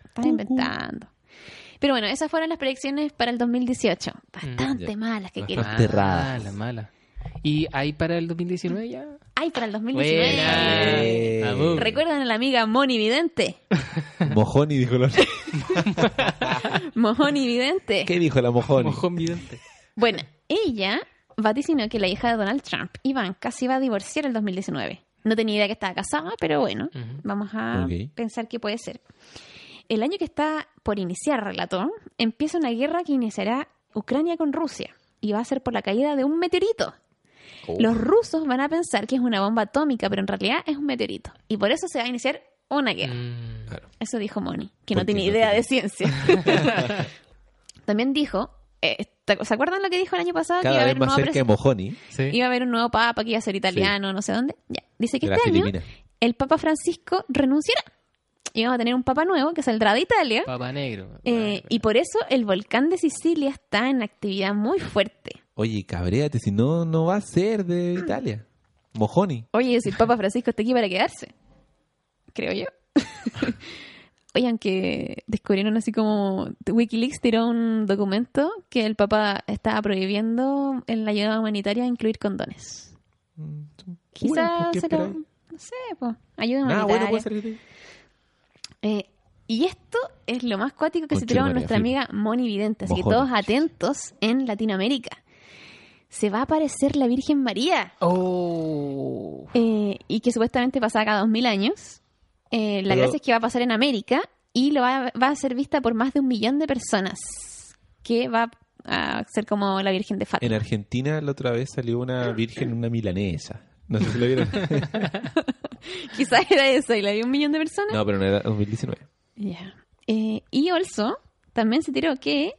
A: Están inventando. Pero bueno, esas fueron las predicciones para el 2018. Bastante
B: Mm, Ya.
A: malas que queremos.
B: *laughs* Bastante. Terradas.
C: Mala, mala. ¿Y ahí para el 2019 ya?
A: Ay, para el 2019.
C: Buena.
B: Buena.
C: Vamos.
A: ¿Recuerdan a la amiga Moni
B: *laughs*
A: Vidente?
B: Mojón y dijo la...
A: Moni Vidente.
B: ¿Qué dijo la mojón?
C: Mojón vidente.
A: Bueno, ella vaticinó que la hija de Donald Trump, Ivanka, se iba a divorciar el 2019. No tenía idea que estaba casada, pero bueno,
C: Ujú.
A: vamos a
B: Ok.
A: pensar que puede ser. El año que está por iniciar, relató, empieza una guerra que iniciará Ucrania con Rusia y va a ser por la caída de un meteorito. Los rusos van a pensar que es una bomba atómica, pero en realidad es un meteorito. Y por eso se va a iniciar una guerra.
C: Mm.
B: Claro.
A: Eso dijo Moni, que no
B: Porque
A: tiene
B: no
A: idea
B: tiene-
A: de ciencia.
B: *laughs*
A: También dijo, eh, ¿te- ¿se acuerdan lo que dijo el año pasado? que iba
B: Cada
A: a
B: vez
A: haber un
B: más
A: nuevo
B: cerca de Mojoni
C: Sí.
A: iba a haber un nuevo papa que iba a ser italiano, no sé dónde. Ya. Dice que
B: de las
A: este año
B: Filipinas.
A: el papa Francisco renunciará. Y vamos a tener un papa nuevo que saldrá de Italia.
C: Papa negro.
A: Eh, y por eso el volcán de Sicilia está en actividad muy fuerte.
B: Oye, cabréate, si no, no va a ser de Italia. Mojoni.
A: Oye, si el papa Francisco está aquí para quedarse, creo yo. *laughs* Oigan, que descubrieron así como Wikileaks tiró un documento que el papa estaba prohibiendo en la ayuda humanitaria incluir condones. Quizás será,
B: será...
A: no sé, pues, ayuda humanitaria.
B: Ah, bueno, puede ser que-
A: Eh, y esto es lo más cuático que se
B: Conchetumare,
A: tiró nuestra
B: flipo.
A: amiga Moni Vidente, así que
B: Mojona.
A: todos atentos en Latinoamérica. Se va a aparecer la Virgen María,
C: Oh.
A: eh, y que supuestamente pasa cada 2000 años. Eh, la
B: Pero-
A: gracia es que va a pasar en América y lo va, va a ser vista por más de un millón de personas, que va a ser como la Virgen de
B: En
A: Fátima.
B: Argentina la otra vez salió
A: Ah.
B: una virgen, una milanesa. No sé si lo
A: *laughs*
B: vieron.
A: Quizás era eso, y la vi un millón de personas.
B: No, pero no era 2019.
A: Ya. Eh, y also, también se tiró que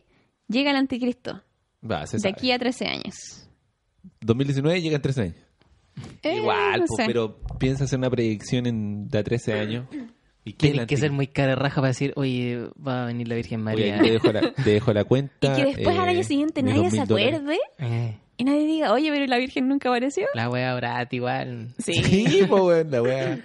A: llega el anticristo,
B: Va, se
A: de
B: sabe.
A: aquí a 13 años.
B: 2019 llega en 13 años.
A: Eh,
B: Igual,
A: no
B: po,
A: sé.
B: pero piensa hacer una predicción en, de a 13 años. ¿Y qué
C: Tienes que ser muy cara raja para decir, oye, va a venir la Virgen María.
B: te, dejo la, te dejo la cuenta.
A: Y que después al año
B: eh,
A: siguiente
B: mis
A: nadie se
B: 2.000 dólares.
A: acuerde
C: *laughs* Eh,
A: y nadie diga, oye, pero la Virgen nunca apareció.
C: la wea orate igual.
B: Sí, po, weón, la wea.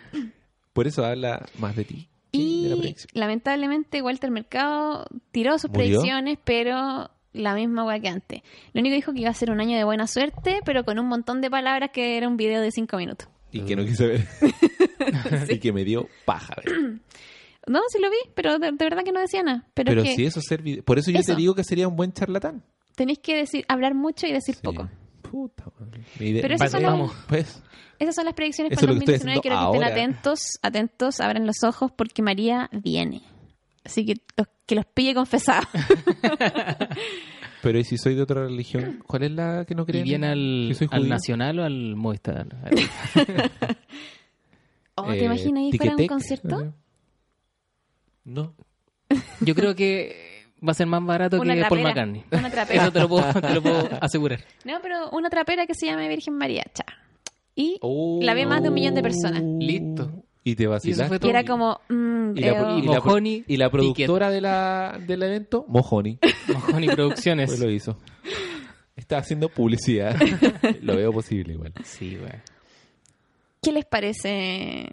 B: Por eso habla más de ti. que de la
A: Y
B: predicción.
A: lamentablemente Walter Mercado tiró sus
B: ¿Murió?
A: predicciones, pero la misma hueá que antes. Lo único que dijo que iba a ser un año de buena suerte, pero con un montón de palabras que era un video de cinco minutos.
B: Y que no quise
A: *laughs*
B: ver. y que me dio paja. ver.
A: No, sí lo vi, pero de, de verdad que no decía nada. Pero,
B: Pero
A: es que
B: si eso servía. Por eso yo
A: Eso.
B: te digo que sería un buen charlatán.
A: tenéis que decir, hablar mucho y decir
B: Sí.
A: poco.
B: Puta, madre. Mi idea-
A: Pero esas son,
C: Vamos.
A: las,
B: Pues,
A: esas son las predicciones
B: Eso
A: para el
B: es lo que estoy
A: 2019. Quiero que
B: haciendo
A: estén
B: ahora.
A: atentos, atentos, abran los ojos porque María viene. Así que los, que los pille
B: *laughs*
A: confesados.
B: pero ¿y si soy de otra religión? ¿Cuál es la que no
C: ¿Y
B: creen?
C: viene
B: ¿Que
C: al,
B: soy
C: al
B: judío?
C: Nacional o al Movistar?
A: Oh, ¿Te
B: Eh,
A: imaginas ahí fuera un
B: Ticketek,
A: concierto?
B: ¿no? No.
C: Yo creo que va a ser más barato
A: Una
C: que Paul
A: trapera.
C: McCartney. *laughs*
A: Una trapera.
C: Eso te lo puedo, te lo puedo asegurar.
A: No, pero una trapera que se llama Virgen María, cha. Y
B: Oh.
A: la ve más de un millón de personas.
C: Listo.
B: Y te vacilaste.
A: Y era como, mm,
B: Y la,
A: veo-
B: y la-
C: Mojoni,
B: y la
C: Piquet.
B: productora de la, del evento, Mojoni,
C: Mojón y
B: pues
C: Producciones.
B: lo hizo. Está haciendo
C: *laughs*
B: publicidad. Lo veo posible igual.
C: Sí, güey.
A: ¿qué les parece?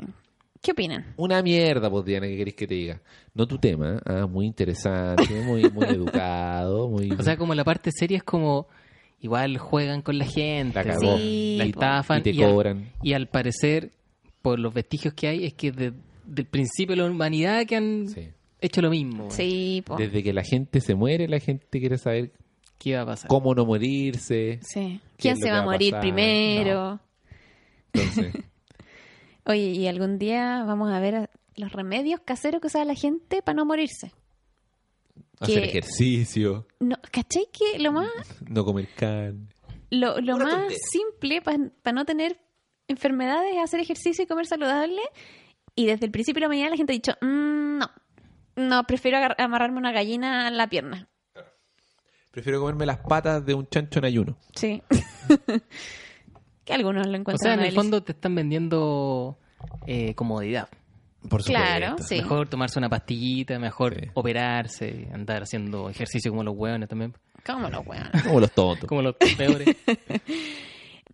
A: ¿Qué opinan?
B: Una mierda, pues Diana, ¿qué querés que te diga? No tu tema, ah, muy interesante, muy, muy educado, muy...
C: *laughs* O sea, como la parte seria es como... Igual juegan con la gente.
B: La cagó.
A: Sí,
C: La
A: po.
C: estafan.
B: y te
C: al-
B: cobran.
C: Y al parecer, por los vestigios que hay, es que desde el principio de la humanidad que han
B: Sí.
C: hecho lo mismo.
A: Sí, po.
B: Desde que la gente se muere, la gente quiere saber
C: ¿Qué iba a pasar?
B: cómo no morirse.
A: Sí.
B: ¿Qué
A: ¿Quién
B: es lo
A: se
B: que
A: va a
B: va a
A: morir
B: pasar?
A: primero?
B: Entonces,
C: *laughs*
A: Oye, y algún día vamos a ver los remedios caseros que usa la gente para no morirse.
B: hacer
A: Que-
B: ejercicio,
A: No, ¿Cachai que lo más,
B: no comer carne.
A: lo, lo más simple para no tener enfermedades, hacer ejercicio y comer saludable. Y desde el principio de la mañana la gente ha dicho, "Mm, no, no, prefiero agar- amarrarme una gallina a la pierna.
B: Prefiero comerme las patas de un chancho en ayuno.
A: Sí. *laughs* que algunos lo
C: O
A: encuentran.
C: sea, en
A: una
C: el
A: delicia.
C: fondo te están vendiendo eh, comodidad.
B: Por supuesto.
A: Claro, sí.
C: Mejor tomarse una pastillita, mejor
B: Sí.
C: operarse, andar haciendo ejercicio como los hueones también,
A: ¿Cómo no, weón?
B: Como los tontos.
C: como los
B: *laughs*
C: peores.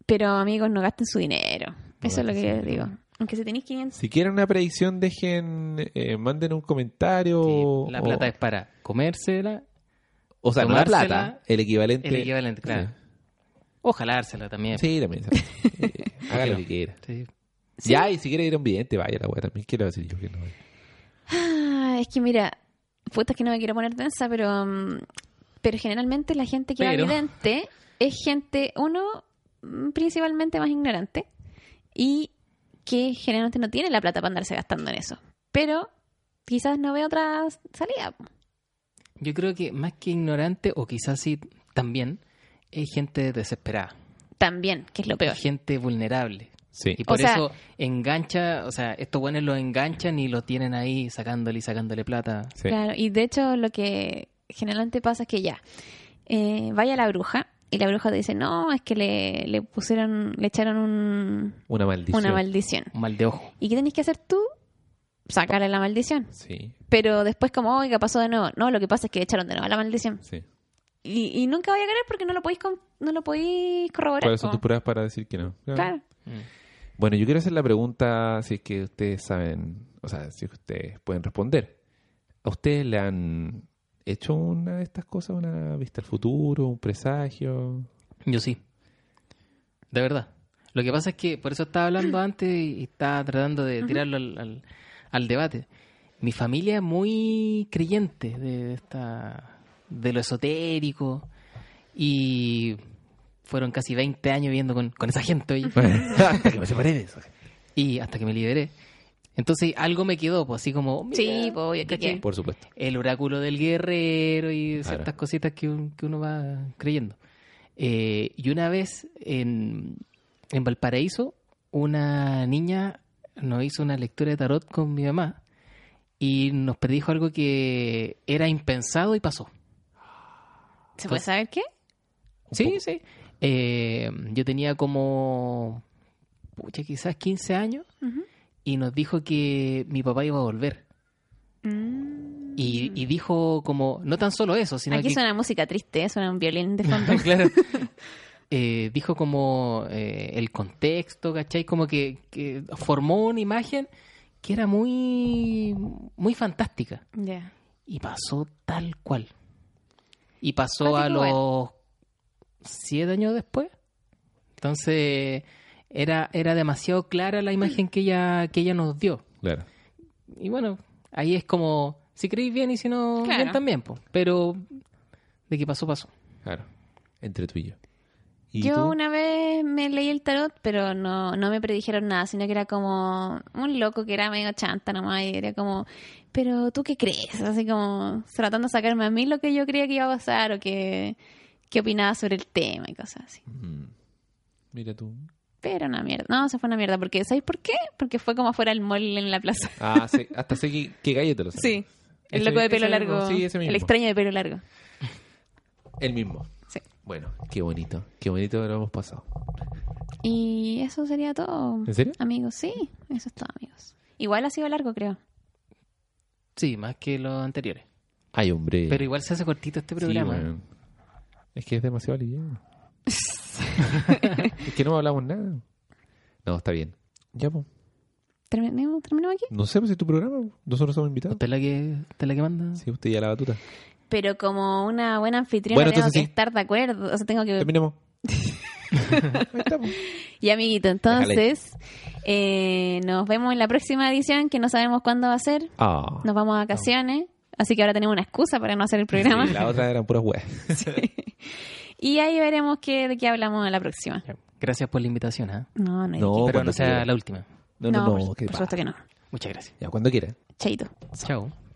A: Pero amigos, no gasten su dinero. Eso es lo
B: gasten
A: que
B: su
A: yo
B: dinero.
A: digo. Aunque si tenéis 500.
B: Si quieren una predicción, dejen, eh, manden un comentario.
C: Sí, la
B: o-
C: plata es para comérsela,
B: O sea, no la
C: tomársela,
B: plata, el equivalente.
C: el equivalente, claro. O jalársela también.
B: Sí, también.
C: *laughs*
B: ¿sabes? Eh, Haga lo que quiera.
C: Sí.
B: Ya, y si quiere ir a un vidente, vaya la wea también. Quiero decir yo que no.
A: Ah, es que mira, puta es que no me quiero poner densa, pero. mm, Pero generalmente la gente que
C: Pero.
A: va vidente es gente, uno, mm, principalmente más ignorante y que generalmente no tiene la plata para andarse gastando en eso. Pero quizás no ve otra salida. po.
C: Yo creo que más que ignorante, o quizás sí también, es gente desesperada. eh,
A: También, que es lo peor.
C: Gente vulnerable.
B: Sí.
C: Y por
A: sea-
C: eso engancha, o sea, estos buenos los enganchan y lo tienen ahí sacándole y sacándole plata.
B: sí.
A: Claro, y de hecho lo que generalmente pasa es que ya, eh, vaya la bruja y la bruja te dice, no, es que le, le pusieron, le echaron un-
B: Una maldición.
A: una maldición.
C: Un mal de ojo.
A: ¿Y qué tenés que hacer tú? Sacarle la maldición.
B: Sí,
A: Pero después como, oiga, pasó de nuevo. No, lo que pasa es que le echaron de nuevo la maldición.
B: sí.
A: Y, y nunca vaya a ganar porque no lo podéis, con- no lo podéis corroborar.
B: ¿Cuáles son
A: po.
B: tus pruebas para decir que no?
A: Claro.
C: Mm.
B: Bueno, yo quiero hacer la pregunta, si es que ustedes saben, o sea, si es que ustedes pueden responder. ¿A ustedes le han hecho una de estas cosas, una vista al futuro,
A: *laughs*
B: un presagio? *laughs*
C: Yo sí. De verdad. Lo que pasa es que, por eso estaba hablando antes y estaba tratando de tirarlo al, al- al debate. Mi familia es muy creyente de, esta, de lo esotérico y fueron casi 20 años viviendo con, con esa gente ahí.
B: Hasta que me separé de eso.
C: y hasta que me liberé. Entonces algo me quedó, pues así como... mira,
A: Sí, po, obvio que
C: ¿cachai?
A: qué.
B: Por supuesto.
C: el oráculo del guerrero y ciertas
B: Claro.
C: cositas que, un- que uno va creyendo. Eh, y una vez en, en Valparaíso, una niña nos hizo una lectura de tarot con mi mamá y nos predijo algo que era impensado y pasó.
A: ¿Se
C: Pues,
A: puede saber qué?
C: Sí, sí. Eh, yo tenía como, pucha, quizás 15 años
A: Ujú.
C: y nos dijo que mi papá iba a volver.
A: Mm.
C: Y, y dijo como, no tan solo eso, sino
A: Aquí
C: que
A: suena música triste, suena un violín de *laughs*
C: *laughs*
A: fondo.
C: claro. Eh, dijo como eh, el contexto, ¿cachai? Como que, que formó una imagen que era muy, muy fantástica.
A: Ya.
C: Y pasó tal cual. Y pasó
A: Ah,
C: a
A: qué
C: los siete años después. Entonces, era, era demasiado clara la imagen que ella, que ella nos dio.
B: Claro.
C: Y bueno, ahí es como, si creéis bien y si no,
A: Claro.
C: bien también. po. Pero, de que pasó, pasó.
B: Claro. Entre tú y yo. ¿Y
A: Yo
B: tú?
A: una vez me leí el tarot, pero no, no me predijeron nada, sino que era como un loco que era medio chanta nomás y era como, pero ¿tú qué crees? Así como tratando de sacarme a mí lo que yo creía que iba a pasar o que, que opinaba sobre el tema y cosas así.
B: Mm. Mira tú.
A: Pero una mierda. No, se fue una mierda, porque ¿sabéis por qué? Porque fue como afuera el mall en la plaza. *laughs*
B: Ah, sé- hasta sé que, que galleta lo sabe.
A: Sí, el
B: Ese-
A: loco de
B: ese
A: pelo
B: mismo,
A: largo.
B: Sí, ese mismo.
A: El extraño de pelo largo.
B: El mismo.
A: Sí.
B: Bueno, qué bonito. Qué bonito lo hemos pasado.
A: Y eso sería todo.
B: ¿En serio?
A: Amigos, sí, eso es todo, amigos. Igual ha sido largo, creo.
C: Sí, más que los anteriores.
B: Ay, hombre.
C: Pero igual se hace cortito este
B: Sí,
C: programa.
B: weón. Es que es demasiado liviano. es que no hablamos nada. No, está bien. Ya, po.
A: ¿Terminemos, terminemos aquí?
B: No sé pues, si es tu programa. po. Nosotros somos invitados.
C: ¿Usted es la que, usted es la que manda?
B: Sí, usted ya la batuta.
A: Pero como una buena anfitriona
B: Bueno,
A: tengo que
B: entonces sí.
A: estar de acuerdo. O sea, tengo que...
B: Terminemos. Ahí está, po.
A: Y amiguito, entonces eh, nos vemos en la próxima edición que no sabemos cuándo va a ser.
B: Ah.
A: Nos vamos a vacaciones. Así que ahora tenemos una excusa para no hacer el programa.
B: Sí, la otra eran puras weas.
A: Y ahí veremos qué, de qué hablamos en la próxima.
C: Gracias por la invitación, ¿ah?
A: No, no hay
B: No,
C: Pero
B: Oh, cuando
C: no sea
B: quiera.
C: la última.
B: No, no, no.
A: por,
B: qué
A: por supuesto
B: paja.
A: que no.
C: Muchas gracias.
B: Ya, cuando quiera.
A: Chaito.
C: Chao.